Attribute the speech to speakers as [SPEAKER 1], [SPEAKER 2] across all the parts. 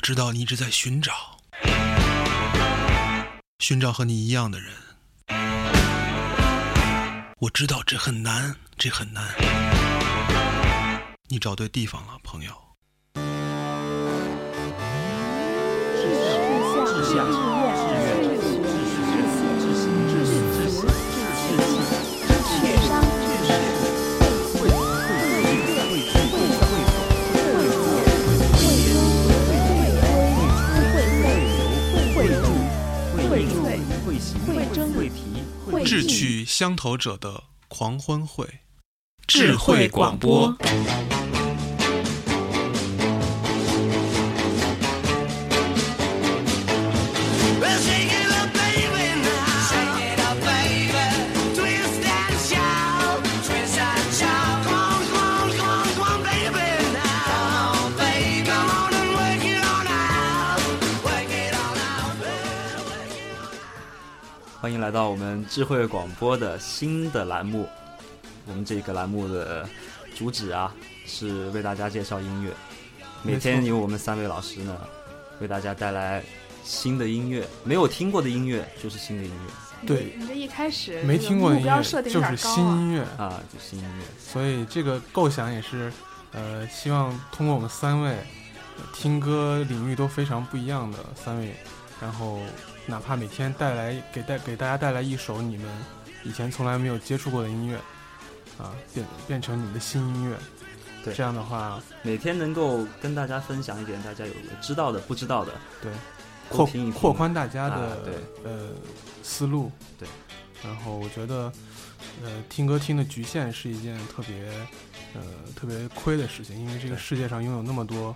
[SPEAKER 1] 知道你一直在寻找，寻找和你一样的人。我知道这很难，这很难。你找对地方了，朋友。
[SPEAKER 2] 志向、志愿、志愿、志行、志行、志行、志信、志商、志识、会会聚、会会会会会会会会会会会会会会会行、会争、会皮、会
[SPEAKER 1] 志趣相投者的狂欢会，
[SPEAKER 3] 智慧广播。
[SPEAKER 4] Well, shake it up, baby, now. Shake it up, baby. Twist and shout. Twist and shout. Come on, come on, come on, come on, baby, now. Come on, baby. Come on and work it on out. Work it on out, baby.
[SPEAKER 5] 欢迎来到我们智慧广播的新的栏目。我们这个栏目的主旨啊，是为大家介绍音乐。每天由我们三位老师呢，为大家带来新的音乐，没有听过的音乐就是新的音乐
[SPEAKER 6] 对，
[SPEAKER 7] 你这一开始
[SPEAKER 6] 没
[SPEAKER 7] 这个
[SPEAKER 6] 听过的
[SPEAKER 7] 目
[SPEAKER 6] 音
[SPEAKER 7] 标
[SPEAKER 6] 乐
[SPEAKER 7] 设定有
[SPEAKER 6] 就是
[SPEAKER 7] 点高
[SPEAKER 6] 新
[SPEAKER 7] 啊。
[SPEAKER 6] 音乐，
[SPEAKER 5] 啊，就新音乐。
[SPEAKER 6] 所以这个构想也是，呃，希望通过我们三位、呃听歌领域都非常不一样的三位，然后哪怕每天带来给带给大家带来一首你们以前从来没有接触过的音乐，啊，变变成你们的新音乐。
[SPEAKER 5] 对
[SPEAKER 6] 这样的话，
[SPEAKER 5] 每天能够跟大家分享一点大家有知道的、不知道的，
[SPEAKER 6] 对，
[SPEAKER 5] 多
[SPEAKER 6] 扩
[SPEAKER 5] 听一听
[SPEAKER 6] 扩宽大家的、
[SPEAKER 5] 啊对
[SPEAKER 6] 呃思路。
[SPEAKER 5] 对，
[SPEAKER 6] 然后我觉得，呃，听歌听的局限是一件特别呃特别亏的事情，因为这个
[SPEAKER 5] 对
[SPEAKER 6] 世界上拥有那么多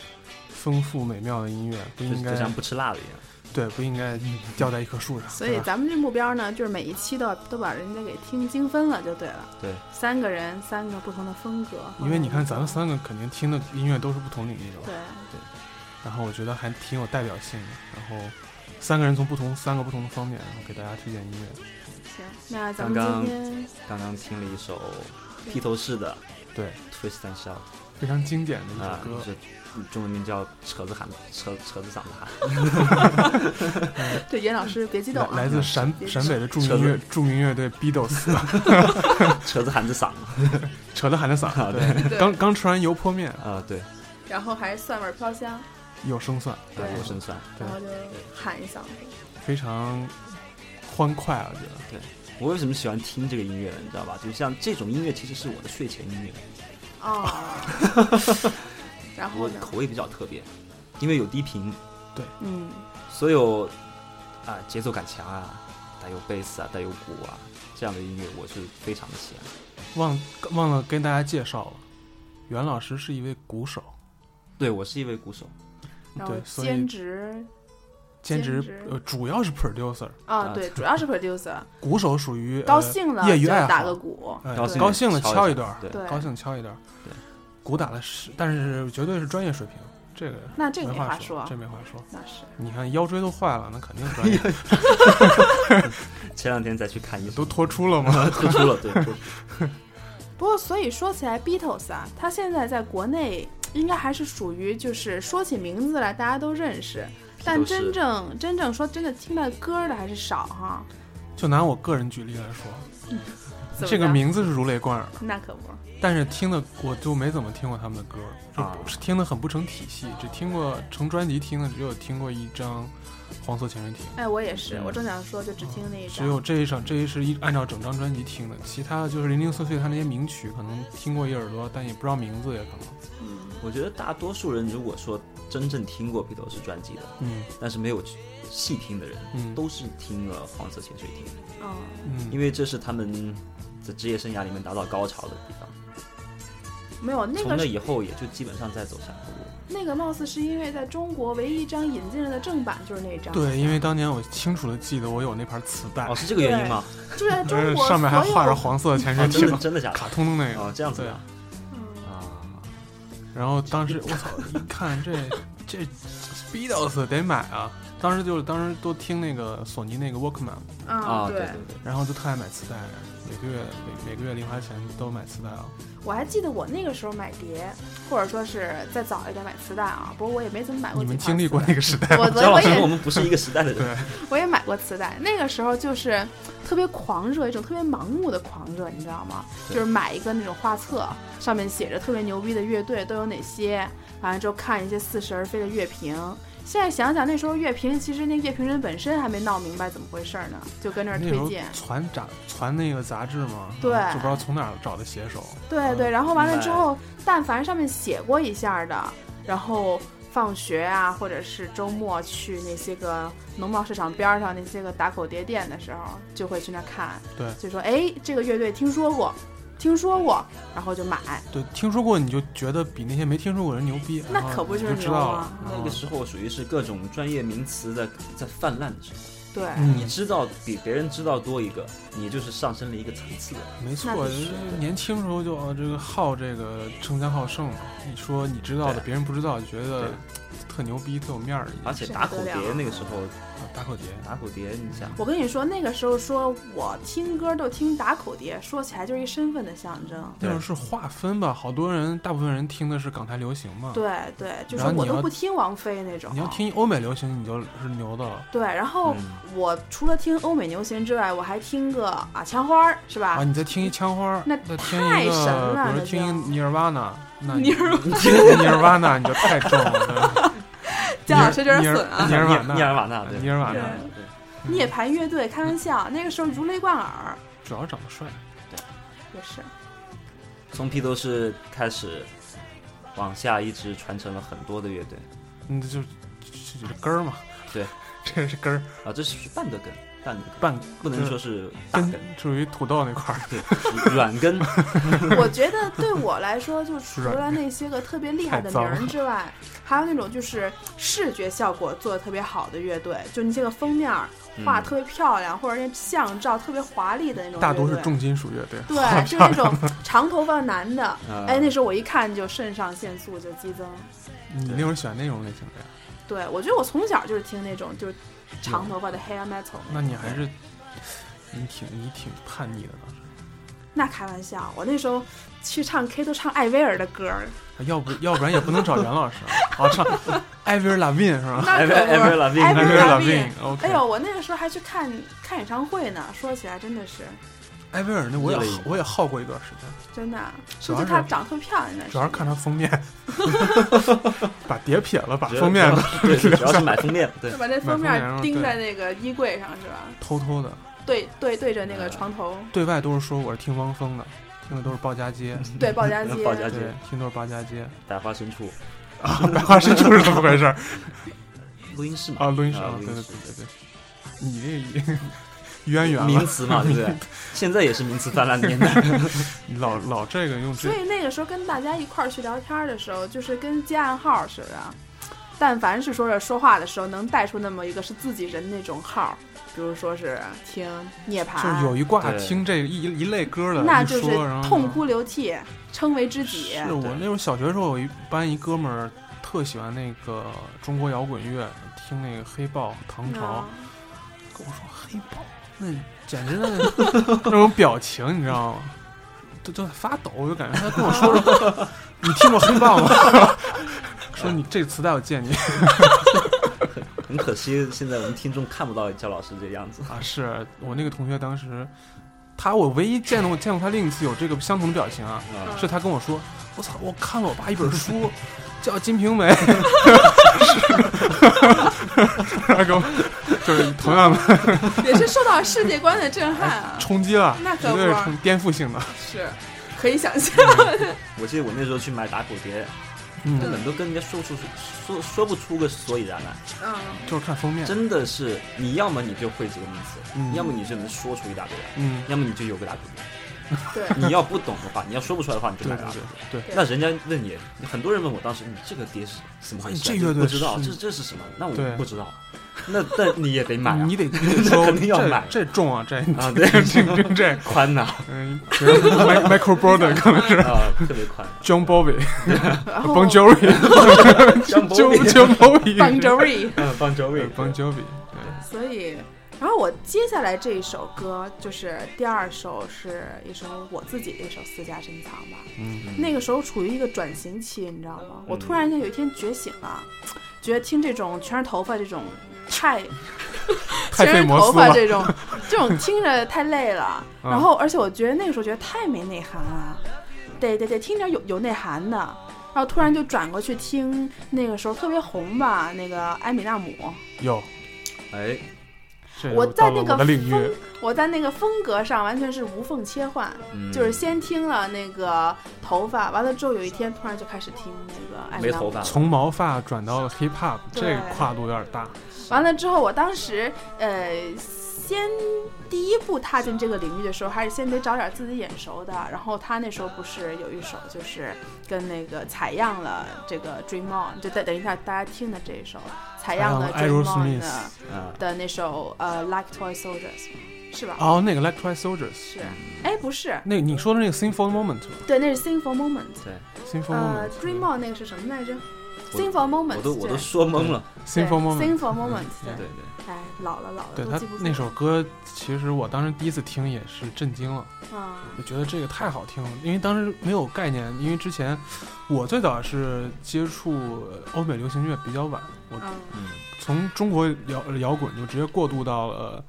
[SPEAKER 6] 丰富美妙的音乐，不
[SPEAKER 5] 就
[SPEAKER 6] 应
[SPEAKER 5] 就
[SPEAKER 6] 该
[SPEAKER 5] 像不吃辣的一样。
[SPEAKER 6] 对不 应该吊在一棵树上。
[SPEAKER 7] 所
[SPEAKER 6] 对
[SPEAKER 7] 以
[SPEAKER 6] 吧
[SPEAKER 7] 咱们这目标呢，就是每一期都要都把人家给听精分了，就对了。
[SPEAKER 5] 对，
[SPEAKER 7] 三个人，三个不同的风格。
[SPEAKER 6] 因为你看，咱们三个肯定听的音乐都是不同领域的吧，
[SPEAKER 7] 对，
[SPEAKER 6] 然后我觉得还挺有代表性的。然后三个人从不同三个不同的方面，然后给大家推荐音乐。
[SPEAKER 7] 行，那咱们
[SPEAKER 5] 刚刚
[SPEAKER 7] 今天
[SPEAKER 5] 刚刚听了一首披头士的
[SPEAKER 6] 对，
[SPEAKER 5] 《Twist and Shout》。
[SPEAKER 6] 非常经典的一
[SPEAKER 5] 啊
[SPEAKER 6] 首，歌。
[SPEAKER 5] 是中文名叫“扯着喊扯扯着嗓子喊
[SPEAKER 7] 对袁老师别激动
[SPEAKER 6] 来
[SPEAKER 7] 啊，
[SPEAKER 6] 来自陕
[SPEAKER 7] 别
[SPEAKER 6] 陕北的著名乐著名乐队 Beatles，”，
[SPEAKER 5] 扯着喊着嗓子
[SPEAKER 6] 扯得喊着嗓
[SPEAKER 5] 啊
[SPEAKER 6] 子，对，刚刚吃完油泼面，
[SPEAKER 5] 啊，对，
[SPEAKER 7] 然后还是蒜味儿飘香，
[SPEAKER 6] 有生蒜，
[SPEAKER 5] 啊
[SPEAKER 7] 对
[SPEAKER 5] 有声酸。
[SPEAKER 6] 对
[SPEAKER 7] 然后就喊一嗓子。
[SPEAKER 6] 非常欢快啊，我觉得
[SPEAKER 5] 我为什么喜欢听这个音乐呢？你知道吧？就像这种音乐其实是我的睡前音乐，
[SPEAKER 7] 哦，然后
[SPEAKER 5] 我
[SPEAKER 7] 呢？
[SPEAKER 5] 口味比较特别，因为有低频，
[SPEAKER 7] 嗯，
[SPEAKER 5] 所有啊节奏感强啊，带有贝斯啊，带有鼓啊这样的音乐，我是非常的喜爱。
[SPEAKER 6] 忘忘了跟大家介绍了，袁老师是一位鼓手，
[SPEAKER 5] 对我是一位鼓手，
[SPEAKER 7] 然后
[SPEAKER 6] 对所以
[SPEAKER 7] 兼职兼
[SPEAKER 6] 兼职
[SPEAKER 7] 职
[SPEAKER 6] 呃主要是 producer，
[SPEAKER 7] 啊，
[SPEAKER 5] 啊
[SPEAKER 7] 对，主要是 producer，
[SPEAKER 6] 鼓手属于呃
[SPEAKER 7] 高兴了
[SPEAKER 6] 业余
[SPEAKER 7] 就
[SPEAKER 6] 爱好
[SPEAKER 7] 打个鼓，
[SPEAKER 6] 呃
[SPEAKER 5] 高
[SPEAKER 7] 对
[SPEAKER 5] 兴
[SPEAKER 6] 高兴了
[SPEAKER 5] 敲一
[SPEAKER 6] 敲一
[SPEAKER 5] 下
[SPEAKER 6] 段儿，
[SPEAKER 5] 对
[SPEAKER 7] 对
[SPEAKER 6] 高兴敲一段儿
[SPEAKER 5] 对，
[SPEAKER 6] 鼓打的是，但是绝对是专业水平，这个
[SPEAKER 7] 那这个
[SPEAKER 6] 没
[SPEAKER 7] 没
[SPEAKER 6] 话
[SPEAKER 7] 话说
[SPEAKER 6] 这没话说。
[SPEAKER 7] 那是
[SPEAKER 6] 你看腰椎都坏了，那肯定 专业，
[SPEAKER 5] 前两天再去看医生，
[SPEAKER 6] 都脱出了吗？
[SPEAKER 5] 脱出了，对，脱出
[SPEAKER 7] 不过，所以说起来，Beatles 啊，他现在在国内应该还是属于就是说起名字来大家都认识，但真正真正说真的听到歌儿的还是少哈。
[SPEAKER 6] 就拿我个人举例来说，
[SPEAKER 7] 怎么
[SPEAKER 6] 这个
[SPEAKER 7] 着
[SPEAKER 6] 名字是如雷贯耳，
[SPEAKER 7] 那可不，
[SPEAKER 6] 但是听的我就没怎么听过他们的歌，就
[SPEAKER 5] 啊
[SPEAKER 6] 不是听的很不成体系，只听过成专辑听的，只有听过一张《黄色潜水艇
[SPEAKER 7] 哎，我也是，
[SPEAKER 5] 嗯
[SPEAKER 7] 我正想说就只听那一》，
[SPEAKER 6] 只
[SPEAKER 7] 张，
[SPEAKER 6] 有这一张，这一是一按照整张专辑听的，其他的就是零零碎碎他那些名曲，可能听过一耳朵，但也不知道名字，也可能，
[SPEAKER 7] 嗯
[SPEAKER 5] 我觉得大多数人如果说真正听过披头士专辑的，
[SPEAKER 6] 嗯
[SPEAKER 5] 但是没有去细听的人，
[SPEAKER 6] 嗯
[SPEAKER 5] 都是听了黄色潜水艇，
[SPEAKER 7] 嗯，
[SPEAKER 6] 嗯，
[SPEAKER 5] 因为这是他们在职业生涯里面达到高潮的地方。
[SPEAKER 7] 没有那
[SPEAKER 5] 从那
[SPEAKER 7] 个
[SPEAKER 5] 以后，也就基本上再走下坡路。
[SPEAKER 7] 那个貌似是因为在中国唯一一张引进了的正版就是那张，
[SPEAKER 6] 对，因为当年我清楚的记得我有那盘磁带
[SPEAKER 5] 哦，，是这个原因吗？
[SPEAKER 7] 就是在中
[SPEAKER 6] 就是
[SPEAKER 7] 国
[SPEAKER 6] 呃上面还
[SPEAKER 7] 所有
[SPEAKER 6] 画着黄色潜水
[SPEAKER 5] 啊，真的
[SPEAKER 6] 艇，
[SPEAKER 5] 真的假
[SPEAKER 6] 卡
[SPEAKER 5] 的？
[SPEAKER 6] 通的那
[SPEAKER 5] 哦
[SPEAKER 6] 个，，
[SPEAKER 5] 这样子
[SPEAKER 6] 对
[SPEAKER 5] 的。
[SPEAKER 7] 嗯
[SPEAKER 5] 啊，
[SPEAKER 6] 然后当时我操，一看这这 Beatles 得买啊！当时就是当时都听那个索尼那个 Walkman，
[SPEAKER 7] 啊
[SPEAKER 5] 啊，对
[SPEAKER 7] 对
[SPEAKER 5] 对，对，
[SPEAKER 6] 然后就特爱买磁带，每个月每每个月零花钱都买磁带啊。
[SPEAKER 7] 我还记得我那个时候买碟，或者说是再早一点买磁带啊，不过我也没怎么买过
[SPEAKER 6] 你
[SPEAKER 7] 几盘磁带。
[SPEAKER 6] 们经历过那个时代吗？
[SPEAKER 7] 我
[SPEAKER 5] 张
[SPEAKER 7] 我
[SPEAKER 5] 老
[SPEAKER 7] 我
[SPEAKER 5] 师跟我
[SPEAKER 7] 也
[SPEAKER 5] 们不是一个时代的人，
[SPEAKER 7] 我也买过磁带，那个时候就是特别狂热，一种特别盲目的狂热，你知道吗？
[SPEAKER 5] 对
[SPEAKER 7] 就是买一个那种画册，上面写着特别牛逼的乐队都有哪些，完了之后看一些似是而非的乐评。现在想想，那时候乐评其实那乐评人本身还没闹明白怎么回事儿呢，就跟那儿
[SPEAKER 6] 那时
[SPEAKER 7] 推
[SPEAKER 6] 候
[SPEAKER 7] 荐。
[SPEAKER 6] 传杂传那个杂志嘛，
[SPEAKER 7] 对
[SPEAKER 6] 就不知道从哪儿找的写手。
[SPEAKER 7] 对对，
[SPEAKER 5] 嗯
[SPEAKER 7] 然后完了
[SPEAKER 5] 明白
[SPEAKER 7] 之后，但凡上面写过一下的，然后放学啊，或者是周末去那些个农贸市场边儿上那些个打口碟店的时候，就会去那看。
[SPEAKER 6] 对
[SPEAKER 7] 就说哎，这个乐队听说过，听说过，然后就买。
[SPEAKER 6] 对，听说过你就觉得比那些没听说过的人牛逼，
[SPEAKER 7] 那
[SPEAKER 6] 然后
[SPEAKER 7] 可不
[SPEAKER 6] 你
[SPEAKER 7] 就
[SPEAKER 6] 就是知
[SPEAKER 7] 牛
[SPEAKER 6] 道
[SPEAKER 7] 吗
[SPEAKER 6] 了。嗯
[SPEAKER 5] 那个时候属于是各种专业名词的在泛滥的时候，
[SPEAKER 7] 对，
[SPEAKER 5] 你
[SPEAKER 6] 嗯，
[SPEAKER 5] 知道比别人知道多一个，你就是上升了一个层次了。
[SPEAKER 6] 没错，
[SPEAKER 7] 那
[SPEAKER 6] 就
[SPEAKER 7] 必
[SPEAKER 6] 是
[SPEAKER 7] 须
[SPEAKER 6] 年轻时候就啊这个好这个争强好胜嘛。你说你知道的，
[SPEAKER 5] 对
[SPEAKER 6] 别人不知道，就觉得
[SPEAKER 5] 对
[SPEAKER 6] 特牛逼，特有面儿，
[SPEAKER 5] 而且
[SPEAKER 7] 是
[SPEAKER 5] 打
[SPEAKER 7] 不得
[SPEAKER 5] 口碟
[SPEAKER 7] 了
[SPEAKER 5] 那个时候，
[SPEAKER 6] 打口碟。
[SPEAKER 5] 打口碟，你想，
[SPEAKER 7] 我跟你说，那个时候说我听歌都听打口碟，说起来就是一身份的象征。
[SPEAKER 5] 对
[SPEAKER 6] 那时候是划分吧，好多人，大部分人听的是港台流行嘛。，
[SPEAKER 7] 对对，就是
[SPEAKER 6] 然后
[SPEAKER 7] 我
[SPEAKER 6] 你要
[SPEAKER 7] 都不听王菲那种。
[SPEAKER 6] 你要听欧美流行，你就是牛的了
[SPEAKER 7] 对，然后
[SPEAKER 5] 嗯
[SPEAKER 7] 我除了听欧美流行之外，我还听个啊枪花儿是吧？
[SPEAKER 6] 啊！你再听一枪花儿，
[SPEAKER 7] 那
[SPEAKER 6] 再听
[SPEAKER 7] 太
[SPEAKER 6] 一
[SPEAKER 7] 神
[SPEAKER 6] 个，
[SPEAKER 7] 了
[SPEAKER 6] 比
[SPEAKER 7] 那
[SPEAKER 6] 如说听
[SPEAKER 7] 就
[SPEAKER 6] 一尼尔瓦纳，那
[SPEAKER 7] 尼
[SPEAKER 6] 尔尼尔瓦纳你就太重了。对
[SPEAKER 7] 姜老师就是
[SPEAKER 6] 尼尔
[SPEAKER 7] 损啊
[SPEAKER 6] 尼尔瓦
[SPEAKER 5] 涅
[SPEAKER 6] 纳，
[SPEAKER 5] 尔瓦纳，对，
[SPEAKER 6] 尼尔瓦
[SPEAKER 7] 纳
[SPEAKER 5] 对
[SPEAKER 7] 涅槃乐队，开玩笑， 那个时候如雷贯耳，
[SPEAKER 6] 主要长得帅。
[SPEAKER 7] 也是
[SPEAKER 5] 从披头士开始往下，一直传承了很多的乐队
[SPEAKER 6] 嗯，就就就是根儿嘛，
[SPEAKER 5] 对，
[SPEAKER 6] 这是根儿，
[SPEAKER 5] 啊，这是半个根，半个根，
[SPEAKER 6] 半
[SPEAKER 5] 不能说是大
[SPEAKER 6] 根
[SPEAKER 5] 根，
[SPEAKER 6] 属于土豆那块儿。
[SPEAKER 5] 对，软根，
[SPEAKER 7] 我觉得对我来说，就除
[SPEAKER 6] 软
[SPEAKER 7] 了那些个特别厉害的名
[SPEAKER 6] 太脏了
[SPEAKER 7] 儿之外，还有那种就是视觉效果做的特别好的乐队，就你这个封面儿
[SPEAKER 6] 嗯
[SPEAKER 7] 画得特别漂亮，或者那相照特别华丽的那种乐队，
[SPEAKER 6] 大多是重金属乐队，
[SPEAKER 7] 对
[SPEAKER 6] 好，
[SPEAKER 7] 就是
[SPEAKER 6] 漂
[SPEAKER 7] 那
[SPEAKER 6] 亮嗯
[SPEAKER 7] 种 长头发男的，
[SPEAKER 5] 啊
[SPEAKER 7] 哎，那时候我一看就肾上腺素就激增。
[SPEAKER 6] 你那会儿喜欢那种类型的呀？
[SPEAKER 7] 对，我觉得我从小就是听那种就是长头发的 hair metal，
[SPEAKER 6] 那你还是你挺你挺叛逆的当时
[SPEAKER 7] 那开玩笑，我那时候去唱 K 都唱艾薇儿的歌儿，
[SPEAKER 6] 要不要不然也不能找袁老师啊，啊唱艾薇儿拉宾是吧？
[SPEAKER 7] 那可不，
[SPEAKER 5] 艾薇儿拉宾
[SPEAKER 7] 艾
[SPEAKER 6] 艾
[SPEAKER 7] 薇
[SPEAKER 6] 薇
[SPEAKER 7] 儿
[SPEAKER 6] 儿
[SPEAKER 7] 拉
[SPEAKER 6] 拉
[SPEAKER 7] 宾
[SPEAKER 6] 宾。，OK，
[SPEAKER 7] 哎呦，我那个时候还去看看演唱会呢，说起来真的是
[SPEAKER 6] 艾薇儿那我也
[SPEAKER 5] 对
[SPEAKER 6] 我也耗过一段时间，
[SPEAKER 7] 真的，
[SPEAKER 6] 主
[SPEAKER 7] 就
[SPEAKER 6] 要
[SPEAKER 7] 是
[SPEAKER 6] 是
[SPEAKER 7] 她长得特别漂亮的，
[SPEAKER 6] 主要是看她封面，把碟撇了，把
[SPEAKER 5] 主要
[SPEAKER 6] 封面
[SPEAKER 5] 对， 主要是买封面，对
[SPEAKER 7] 就，把那
[SPEAKER 6] 封
[SPEAKER 7] 封
[SPEAKER 6] 面
[SPEAKER 7] 面
[SPEAKER 6] 上
[SPEAKER 7] 钉
[SPEAKER 6] 对
[SPEAKER 7] 在那个衣柜上是吧？
[SPEAKER 6] 偷偷的
[SPEAKER 7] 对对对着那个床头，
[SPEAKER 6] 对外都是说我是听汪峰的，听的都是鲍家街，
[SPEAKER 7] 对鲍嗯家街，
[SPEAKER 5] 鲍家街
[SPEAKER 6] 对，听都是鲍家街。
[SPEAKER 5] 百花深处
[SPEAKER 6] 啊，百花深处是怎么回事儿
[SPEAKER 5] 录音室嘛，
[SPEAKER 6] 啊？录音室
[SPEAKER 5] 啊
[SPEAKER 6] 啊，
[SPEAKER 5] 录音
[SPEAKER 6] 对对对
[SPEAKER 5] 室
[SPEAKER 6] 对对，你这 个渊源
[SPEAKER 5] 名
[SPEAKER 6] 了，
[SPEAKER 5] 词嘛，对 不对？现在也是名词泛滥的年代，
[SPEAKER 6] 你老老这个用这
[SPEAKER 7] 所，以那个时候跟大家一块儿去聊天儿的时候，就是跟接暗号似的。但凡是说着说话的时候，能带出那么一个是自己人那种号儿，比如说是听涅槃，啊
[SPEAKER 6] 就是有一挂
[SPEAKER 5] 对
[SPEAKER 6] 听这一一类歌的，
[SPEAKER 7] 那
[SPEAKER 6] 一
[SPEAKER 7] 就是
[SPEAKER 6] 说然后
[SPEAKER 7] 痛哭流涕，称为知己。
[SPEAKER 6] 是我那时候小学时候，我一班一哥们儿特喜欢那个中国摇滚乐，听那个黑豹、唐朝
[SPEAKER 7] 嗯，
[SPEAKER 6] 跟我说黑豹，那 简直那那种表情，你知道吗？都都在发抖，我就感觉他跟我说说， 你听过黑豹吗？ 说你这磁带我借你
[SPEAKER 5] 很可惜，现在我们听众看不到焦老师这样子。
[SPEAKER 6] 啊！是我那个同学当时，他我唯一见到见过他另一次有这个相同的表情啊，
[SPEAKER 5] 啊，
[SPEAKER 6] 是他跟我说，我操，我看了我爸一本书，叫《金瓶梅》， 然后跟我就是同样的
[SPEAKER 7] 嗯也是受到世界观的震撼啊，
[SPEAKER 6] 冲击了，
[SPEAKER 7] 那可
[SPEAKER 6] 绝
[SPEAKER 7] 不
[SPEAKER 5] 啊
[SPEAKER 6] 对是冲颠 覆性的。
[SPEAKER 7] 是可以想象。
[SPEAKER 5] 我记得我那时候去买打口碟，根
[SPEAKER 6] 嗯，
[SPEAKER 5] 本都跟人家说不出说说不出个所以然来。
[SPEAKER 7] 嗯，
[SPEAKER 6] 就是看封 面，
[SPEAKER 5] 真的是，你要么你就会几个名词，
[SPEAKER 6] 嗯
[SPEAKER 5] 要么你就能说出一大堆来，
[SPEAKER 6] 嗯，
[SPEAKER 5] 要么你就有个打口碟。
[SPEAKER 7] 对
[SPEAKER 5] 你要不懂的话，你要说不出来的话，你就
[SPEAKER 6] 对
[SPEAKER 5] 买
[SPEAKER 6] 对
[SPEAKER 5] 拉面。
[SPEAKER 6] 对
[SPEAKER 7] 对
[SPEAKER 5] 那人家问你，很多人问我当时你这个碟是怎么回事？啊
[SPEAKER 6] 啊这乐队
[SPEAKER 5] 不知道，
[SPEAKER 6] 是
[SPEAKER 5] 这这是什么？那
[SPEAKER 6] 对
[SPEAKER 5] 我不 知道。那那你也得买
[SPEAKER 6] 对，
[SPEAKER 5] 啊，
[SPEAKER 6] 你得你得说，
[SPEAKER 5] 肯定要买
[SPEAKER 6] 这这重啊，这
[SPEAKER 5] 啊，对，
[SPEAKER 6] 这这这，
[SPEAKER 5] 宽呐
[SPEAKER 6] 嗯，Michael Michael Broder 可能是
[SPEAKER 5] 啊，特别 宽。
[SPEAKER 6] John Bobby、
[SPEAKER 7] 然后
[SPEAKER 6] Bon Jovi、
[SPEAKER 5] 张
[SPEAKER 6] John John Bobby、
[SPEAKER 7] Bon Jovi
[SPEAKER 5] 嗯，邦乔
[SPEAKER 6] 对
[SPEAKER 5] 维，
[SPEAKER 6] Bon Jovi，对
[SPEAKER 7] 所以，然后我接下来这一首歌就是第二首，是一首我自己的一首《私家珍藏》吧。
[SPEAKER 5] 嗯
[SPEAKER 7] 那个时候处于一个转型期，你知道
[SPEAKER 6] 嗯
[SPEAKER 7] 吗？我突然间有一天觉醒了，觉得听这种全是头发这种 太
[SPEAKER 6] 太
[SPEAKER 7] 全
[SPEAKER 6] 费
[SPEAKER 7] 是
[SPEAKER 6] 摩
[SPEAKER 7] 头
[SPEAKER 6] 斯
[SPEAKER 7] 发
[SPEAKER 6] 了。
[SPEAKER 7] 这种，这种听着太累了。
[SPEAKER 6] 嗯
[SPEAKER 7] 然后，而且我觉得那个时候觉得太没内涵了，得得得听点有有内涵的。然后突然就转过去听那个时候特别红吧，那个埃米纳姆。
[SPEAKER 6] 有，
[SPEAKER 5] 哎，
[SPEAKER 6] 这
[SPEAKER 7] 我在
[SPEAKER 6] 到了
[SPEAKER 7] 那个
[SPEAKER 6] 我的领
[SPEAKER 7] 风
[SPEAKER 6] 域，
[SPEAKER 7] 我在那个风格上完全是无缝切换，
[SPEAKER 5] 嗯
[SPEAKER 7] 就是先听了那个头发，完了之后有一天突然就开始听那个艾
[SPEAKER 5] 没
[SPEAKER 7] 米纳
[SPEAKER 5] 头
[SPEAKER 7] 姆，
[SPEAKER 5] 发，
[SPEAKER 6] 从毛发转到了 hip hop，这个
[SPEAKER 7] 对
[SPEAKER 6] 跨度有点大。
[SPEAKER 7] 完了之后，我当时呃，先第一步踏进这个领域的时候，还是先得找点自己眼熟的。然后他那时候不是有一首就是跟那个采样了这个 Dream On，就等等一下大家听的这一首采样了
[SPEAKER 6] 采样了
[SPEAKER 7] Dream On 的
[SPEAKER 6] Aerosmith
[SPEAKER 5] 啊，
[SPEAKER 7] 的那首呃 Like Toy Soldiers 是吧？
[SPEAKER 6] 哦，那个 Electric Soldiers，
[SPEAKER 7] 是，哎不是，
[SPEAKER 6] 那你说的那个 Sing for a Moment 吗
[SPEAKER 7] 对，那是 Sing for a Moment。
[SPEAKER 5] 对，
[SPEAKER 6] ？Sing for a
[SPEAKER 7] 呃
[SPEAKER 6] Moment，
[SPEAKER 7] ，Dream On 那个是什么来着
[SPEAKER 5] 我
[SPEAKER 7] ？Sing for a Moment，
[SPEAKER 5] 我都我
[SPEAKER 7] 对
[SPEAKER 5] 都说懵了，
[SPEAKER 6] Sing for
[SPEAKER 7] 对
[SPEAKER 6] a Moment，
[SPEAKER 7] Sing for a Moment，
[SPEAKER 6] 嗯
[SPEAKER 5] 对
[SPEAKER 7] 对，
[SPEAKER 5] 对。
[SPEAKER 7] 哎，老了老了，
[SPEAKER 6] 对
[SPEAKER 7] 都
[SPEAKER 6] 他
[SPEAKER 7] 记不住
[SPEAKER 6] 那首歌，其实我当时第一次听也是震惊了，
[SPEAKER 7] 啊，
[SPEAKER 6] 我觉得这个太好听了，因为当时没有概念，因为之前我最早是接触呃欧美流行乐比较晚，我
[SPEAKER 7] 嗯，
[SPEAKER 5] 嗯，
[SPEAKER 6] 从中国摇摇滚就直接过渡到了呃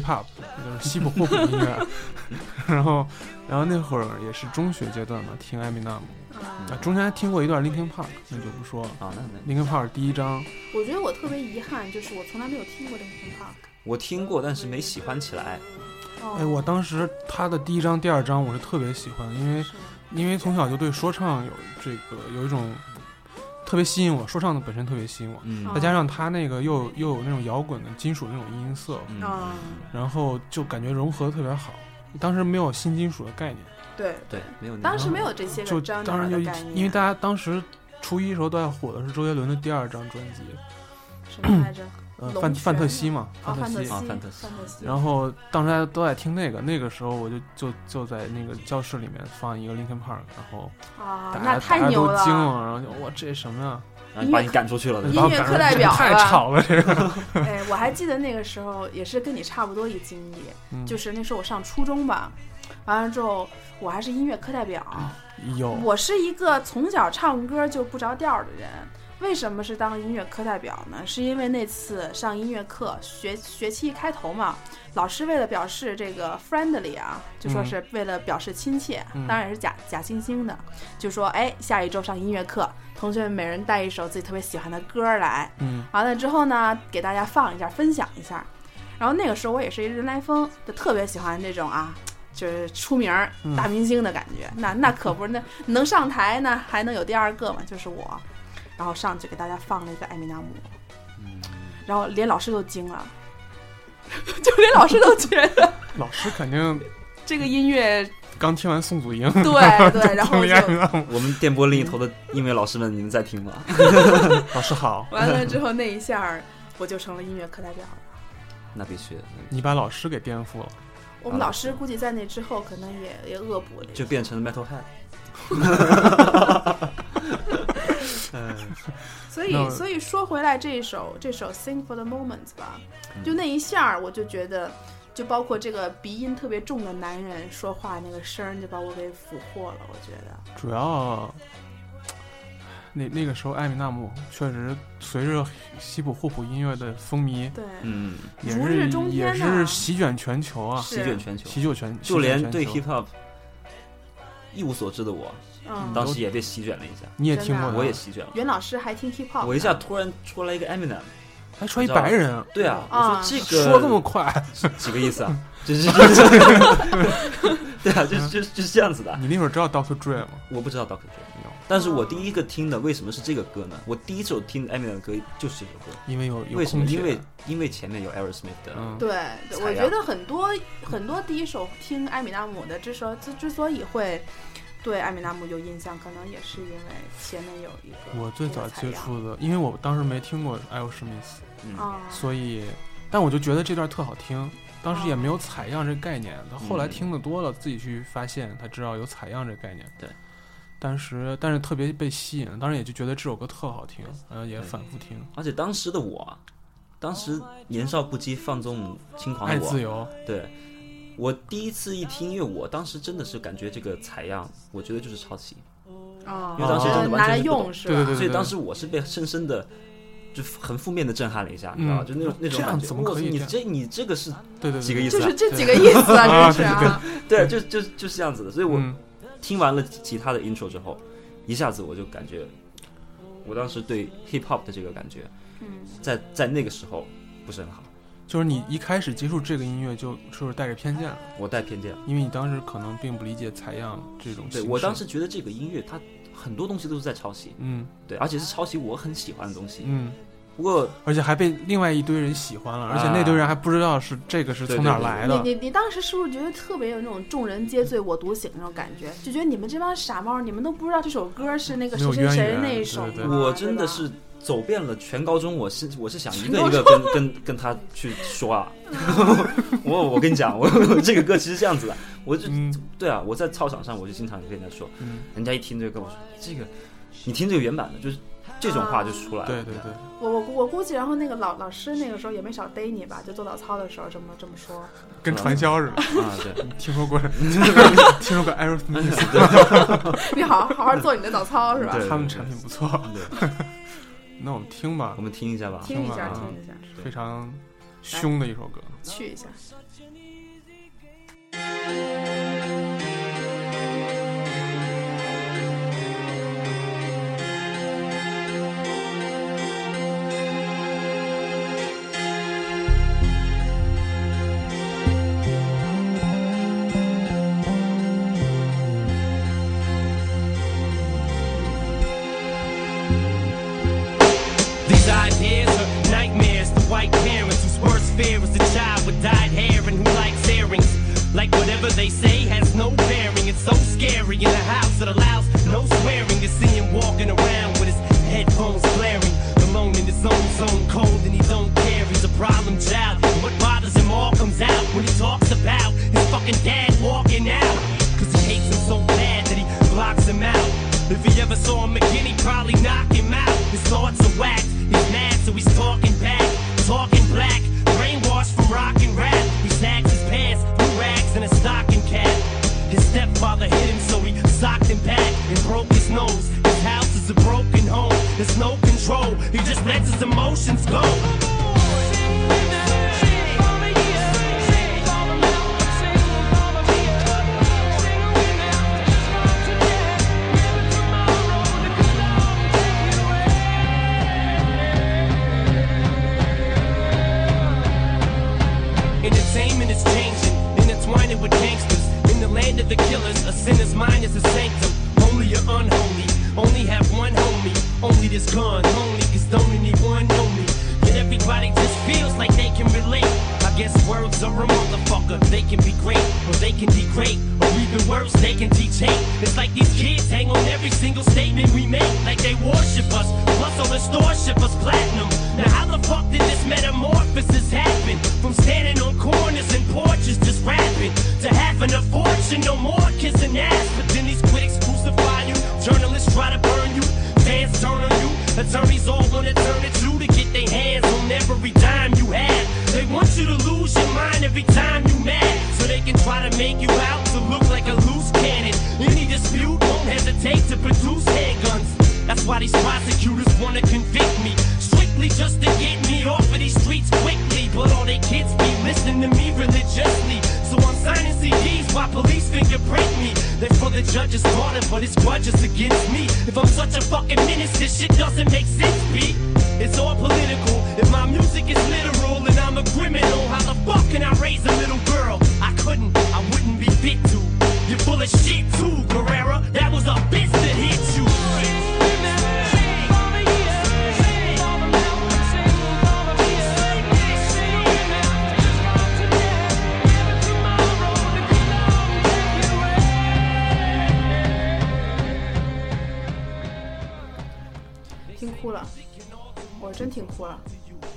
[SPEAKER 6] hip hop，就是西部霍普音乐， 然后然后那会儿也是中学阶段嘛，听艾米纳姆，
[SPEAKER 7] 嗯
[SPEAKER 6] 啊，中间还听过一段 Linkin Park，那就不说了。
[SPEAKER 5] 啊，那那
[SPEAKER 6] Linkin Park 第一张，
[SPEAKER 7] 我觉得我特别遗憾，就是我从来没有听过 Linkin Park。
[SPEAKER 5] 我听过，但是没喜欢起来。
[SPEAKER 7] 哦
[SPEAKER 6] 哎，我当时他的第一张、第二张我是特别喜欢，因为
[SPEAKER 7] 是吗
[SPEAKER 6] 因为从小就对说唱有这个有一种特别吸引我，说唱的本身特别吸引我，
[SPEAKER 5] 嗯
[SPEAKER 7] 哦
[SPEAKER 6] 再加上他那个又又有那种摇滚的金属那种音色，
[SPEAKER 5] 嗯
[SPEAKER 7] 啊
[SPEAKER 6] 然后就感觉融合得特别好。当时没有新金属的概念，
[SPEAKER 7] 对，
[SPEAKER 5] 对，没有。
[SPEAKER 7] 当时没有这些
[SPEAKER 6] 就
[SPEAKER 7] 个 genre
[SPEAKER 6] 当然就
[SPEAKER 7] 的概念，
[SPEAKER 6] 因为大家当时初一时候都在火的是周杰伦的第二张专辑，
[SPEAKER 7] 什么 来着？
[SPEAKER 6] 呃，
[SPEAKER 7] 龙
[SPEAKER 6] 范
[SPEAKER 7] 泉
[SPEAKER 6] 范特西嘛，
[SPEAKER 7] 哦，
[SPEAKER 6] 范
[SPEAKER 7] 范
[SPEAKER 6] 特
[SPEAKER 7] 特
[SPEAKER 6] 西
[SPEAKER 7] 西，。
[SPEAKER 5] 啊范
[SPEAKER 7] 范
[SPEAKER 5] 特西
[SPEAKER 7] 西。
[SPEAKER 6] 然后当时大家都在听那个，那个时候我就就就在那个教室里面放一个 Linkin Park，然后
[SPEAKER 7] 啊
[SPEAKER 6] 大，家、
[SPEAKER 7] 那太
[SPEAKER 6] 大家
[SPEAKER 7] 牛
[SPEAKER 6] 都
[SPEAKER 7] 了！
[SPEAKER 6] 惊了，然后就哇这什么呀？
[SPEAKER 5] 然后你把你赶出去了，对
[SPEAKER 7] 音
[SPEAKER 5] 吧
[SPEAKER 6] 把我
[SPEAKER 7] 乐
[SPEAKER 6] 赶
[SPEAKER 7] 课
[SPEAKER 6] 上
[SPEAKER 7] 代
[SPEAKER 6] 这
[SPEAKER 7] 表
[SPEAKER 6] 太
[SPEAKER 7] 了
[SPEAKER 6] 吵了，这个
[SPEAKER 7] 哎，我还记得那个时候也是跟你差不多一经历，
[SPEAKER 6] 嗯
[SPEAKER 7] 就是那时候我上初中吧，完了之后我还是音乐课代表，
[SPEAKER 6] 嗯有
[SPEAKER 7] 我是一个从小唱歌就不着调的人。为什么是当音乐课代表呢？是因为那次上音乐课，学学期一开头嘛，老师为了表示这个 friendly 啊，就说是为了表示亲切，
[SPEAKER 6] 嗯
[SPEAKER 7] 当然也是假假惺惺的，就说哎，下一周上音乐课，同学们每人带一首自己特别喜欢的歌来，
[SPEAKER 6] 嗯
[SPEAKER 7] 完了之后呢，给大家放一下，分享一下。然后那个时候我也是一人来疯，就特别喜欢这种啊，就是出名儿
[SPEAKER 6] 嗯
[SPEAKER 7] 大明星的感觉。那那可不是， 那能上台呢，还能有第二个嘛，就是我。然后上去给大家放了一个艾米纳姆，
[SPEAKER 6] 嗯
[SPEAKER 7] 然后连老师都惊了， 就连老师都觉得
[SPEAKER 6] 老师肯定
[SPEAKER 7] 这个音 乐
[SPEAKER 6] 刚听完宋祖英，
[SPEAKER 7] 对对，然后
[SPEAKER 6] 听
[SPEAKER 7] 就
[SPEAKER 6] 了艾米纳姆
[SPEAKER 5] 我们电波另一头的音乐老师们，你们在听吗？
[SPEAKER 6] 老师好，
[SPEAKER 7] 完了之后那一下儿我就成了音乐课代表了。
[SPEAKER 5] 那必须，
[SPEAKER 6] 你把老师给颠覆了。
[SPEAKER 7] 我们老师估计在那之后可能也也恶补了一下
[SPEAKER 5] 就变成了 metalhead。
[SPEAKER 7] 所以
[SPEAKER 6] 那，
[SPEAKER 7] 所以说回来这一首这首《Sing for the Moment》吧，
[SPEAKER 5] 嗯
[SPEAKER 7] 就那一下儿，我就觉得，就包括这个鼻音特别重的男人说话那个声儿，就把我给俘获了。我觉得，
[SPEAKER 6] 主要那那个时候，艾米纳姆确实随着西部霍普音乐的风靡，
[SPEAKER 7] 对，
[SPEAKER 5] 嗯，
[SPEAKER 6] 也
[SPEAKER 7] 如
[SPEAKER 6] 是
[SPEAKER 7] 日中天
[SPEAKER 6] 也
[SPEAKER 7] 呐
[SPEAKER 6] 是席卷全球啊，
[SPEAKER 7] 是
[SPEAKER 5] 席卷全球，
[SPEAKER 6] 席卷全，
[SPEAKER 5] 就连对
[SPEAKER 6] 席卷全
[SPEAKER 5] hip
[SPEAKER 6] 球
[SPEAKER 5] hop 一无所知的我，
[SPEAKER 7] 嗯，
[SPEAKER 5] 当时也被席卷了一下，
[SPEAKER 6] 你也听过
[SPEAKER 7] 真的
[SPEAKER 6] 的，
[SPEAKER 7] 啊
[SPEAKER 5] 我也席卷了。
[SPEAKER 7] 袁老师还听 hip hop，
[SPEAKER 5] 我一下突然出来一个 Eminem，
[SPEAKER 6] 还说一白人，
[SPEAKER 5] 对啊，我
[SPEAKER 7] 啊
[SPEAKER 5] 说这个
[SPEAKER 6] 说这么快，
[SPEAKER 5] 几个意思啊？这这这 对啊，就是就是就是这样子的。
[SPEAKER 6] 你那会儿知道 Doctor Dre 吗？
[SPEAKER 5] 我不知道 Doctor Dre，但是我第一个听的为什么是这个歌呢？我第一首听 Eminem 的歌就是这首歌，
[SPEAKER 6] 因为有有
[SPEAKER 5] 为什么？
[SPEAKER 6] 空姐
[SPEAKER 5] 因为因为前面有 Aerosmith 的，
[SPEAKER 6] 嗯
[SPEAKER 7] 对，
[SPEAKER 5] 采
[SPEAKER 7] 我
[SPEAKER 5] 样
[SPEAKER 7] 觉得很多很多第一首听艾米纳姆的，之所之之所以会对艾米纳姆有印象，可能也是因为前面有一个
[SPEAKER 6] 我最
[SPEAKER 7] 这个
[SPEAKER 6] 早
[SPEAKER 7] 采
[SPEAKER 6] 接
[SPEAKER 7] 样
[SPEAKER 6] 触的，因为我当时没听过艾欧史密斯，
[SPEAKER 5] 嗯，
[SPEAKER 7] 啊，
[SPEAKER 6] 所以，但我就觉得这段特好听。当时也没有采样这个概念，他后来
[SPEAKER 5] 嗯
[SPEAKER 6] 听的多了，自己去发现才知道有采样这个概念。
[SPEAKER 5] 对，
[SPEAKER 6] 当时但是特别被吸引，当时也就觉得这首歌特好听，然后也反复听。
[SPEAKER 5] 而且当时的我啊，当时年少不羁、放纵轻狂
[SPEAKER 6] 爱
[SPEAKER 5] 的我
[SPEAKER 6] 自，由，
[SPEAKER 5] 对我第一次一听，因为我当时真的是感觉这个采样，我觉得就是抄袭，
[SPEAKER 7] 啊，
[SPEAKER 5] 因为当时真的
[SPEAKER 7] 拿
[SPEAKER 5] 完
[SPEAKER 7] 来
[SPEAKER 5] 全是不懂
[SPEAKER 7] 用是吧？
[SPEAKER 6] 对对对
[SPEAKER 5] 所以当时我是被深深的。就很负面的震撼了一下，你知道吧？
[SPEAKER 6] 嗯
[SPEAKER 5] 就那种那种
[SPEAKER 6] 这样
[SPEAKER 5] 感觉，
[SPEAKER 6] 怎么可
[SPEAKER 5] 我操
[SPEAKER 6] 以
[SPEAKER 5] 你
[SPEAKER 6] 这样
[SPEAKER 5] 这你这个是
[SPEAKER 6] 对对对，
[SPEAKER 5] 几个意思
[SPEAKER 6] 对嗯
[SPEAKER 7] 就
[SPEAKER 5] 啊
[SPEAKER 7] 是这几个意思 啊，真是啊，
[SPEAKER 5] 对，就就就是这样子的。所以我
[SPEAKER 6] 嗯，
[SPEAKER 5] 听完了其他的 intro 之后，一下子我就感觉，我当时对 hip hop 的这个感觉，
[SPEAKER 7] 嗯，
[SPEAKER 5] 在在那个时候不是很好，
[SPEAKER 6] 就是你一开始接触这个音乐，就是带着偏见，
[SPEAKER 5] 我带偏见了。
[SPEAKER 6] 因为你当时可能并不理解采样这种形
[SPEAKER 5] 对
[SPEAKER 6] 式。
[SPEAKER 5] 我当时觉得这个音乐它很多东西都是在抄袭，
[SPEAKER 6] 嗯
[SPEAKER 5] 对，而且是抄袭我很喜欢的东西。
[SPEAKER 6] 嗯，
[SPEAKER 5] 不过
[SPEAKER 6] 而且还被另外一堆人喜欢了，而且
[SPEAKER 5] 啊
[SPEAKER 6] 那堆人还不知道是这个是
[SPEAKER 5] 对
[SPEAKER 6] 从
[SPEAKER 5] 对
[SPEAKER 6] 哪儿
[SPEAKER 5] 对
[SPEAKER 6] 来
[SPEAKER 7] 你
[SPEAKER 6] 的。
[SPEAKER 7] 你你当时是不是觉得特别有那种众人皆醉我独醒那种感觉？就觉得你们这帮傻帽，你们都不知道这首歌是那个
[SPEAKER 6] 没
[SPEAKER 7] 谁
[SPEAKER 6] 有
[SPEAKER 7] 谁
[SPEAKER 6] 渊
[SPEAKER 7] 谁
[SPEAKER 6] 源
[SPEAKER 7] 那一首吗，
[SPEAKER 6] 对对
[SPEAKER 5] 我真
[SPEAKER 7] 对
[SPEAKER 5] 的
[SPEAKER 7] 吧
[SPEAKER 5] 是走遍了全高中，我是我是想一
[SPEAKER 7] 全
[SPEAKER 5] 个
[SPEAKER 7] 高
[SPEAKER 5] 一个跟跟跟他去说啊。我我跟你讲，我这个歌其实这样子的，我就
[SPEAKER 6] 嗯
[SPEAKER 5] 对啊，我在操场上我就经常跟人家说，
[SPEAKER 6] 嗯，
[SPEAKER 5] 人家一听这个跟我说这个，你听这个原版的，就是这种话就出来了。
[SPEAKER 6] 对对对，
[SPEAKER 7] 我我我估计，然后那个老老师那个时候也没少逮你吧，就做早操的时候这么这么说。
[SPEAKER 6] 跟传销似的。
[SPEAKER 5] 对啊对，
[SPEAKER 6] 听说过， 听说过 Aerosmith，
[SPEAKER 7] 你好好好做你的早操是吧？
[SPEAKER 5] 对
[SPEAKER 6] 他们产品不错。
[SPEAKER 5] 对，
[SPEAKER 6] 那我们听吧
[SPEAKER 5] 我，们听一下吧。
[SPEAKER 7] 听一下，
[SPEAKER 6] 听吧
[SPEAKER 7] 听一下，
[SPEAKER 6] 非常凶的一首歌。
[SPEAKER 7] 去一下。
[SPEAKER 8] These ideas are nightmares to white parents whose worst fear is a child with dyed hair and who likes earrings. Like whatever they say has no bearing. It's so scary in a house that allows no swearing to see him walking around with his headphones blaring. Alone in his own zone, cold and he don't care. He's a problem child. And what bothers him all comes out when he talks about his fucking dad walking out. Cause he hates him so bad that he blocks him out. If he ever saw him again, he'd probably knock him out. His thoughts are whacked, he's mad, so he's talking back, talking black. Brainwashed from rock and rap, he snags his pants through rags and a stocking cap. His stepfather hit him, so he socked him back and broke his nose. His house is a broken home, there's no control, he just lets his emotions go. Entertainment is changing, intertwining with gangsters. In the land of the killers, a sinner's mind is a sanctum. Holy or unholy, only have one homie. Only this gun, only cause don't anyone know me. Yet everybody just feels like they can relate. I guess words are a motherfucker. They can be great, or they can degrade, or even worse, they can teach hate. It's like these kids hang on every single statement we make, like they worship us. Plus, all the store ship us platinum. Now, how the fuck did this metamorphosis happen? From standing on corners and porches just rapping to having a fortune, no more kissing ass. But then these critics crucify you, journalists try to burn you, fans turn on you, attorneys all wanna turn it to to get their hands on every dime you have. They want you to lose your mind every time you mad, so they can try to make you out to look like a loose cannon. Any dispute won't hesitate to produce handguns. That's why these prosecutors wanna convict me. Strictly just to get me off of these streets quickly. But all they kids be listening to me religiously. So I'm signing CDs while police fingerprint me. They're for the judge's daughter, but it's grudges against me. If I'm such a fucking menace, this shit doesn't make sense, B. It's all political. If my music is literal and I'm a criminal, how the fuck can I raise a little girl? I couldn't, I wouldn't be fit to. foolish shit too, Carrera. That was a bitch that hit you.
[SPEAKER 9] Thank you
[SPEAKER 7] 听哭了，我真听哭了。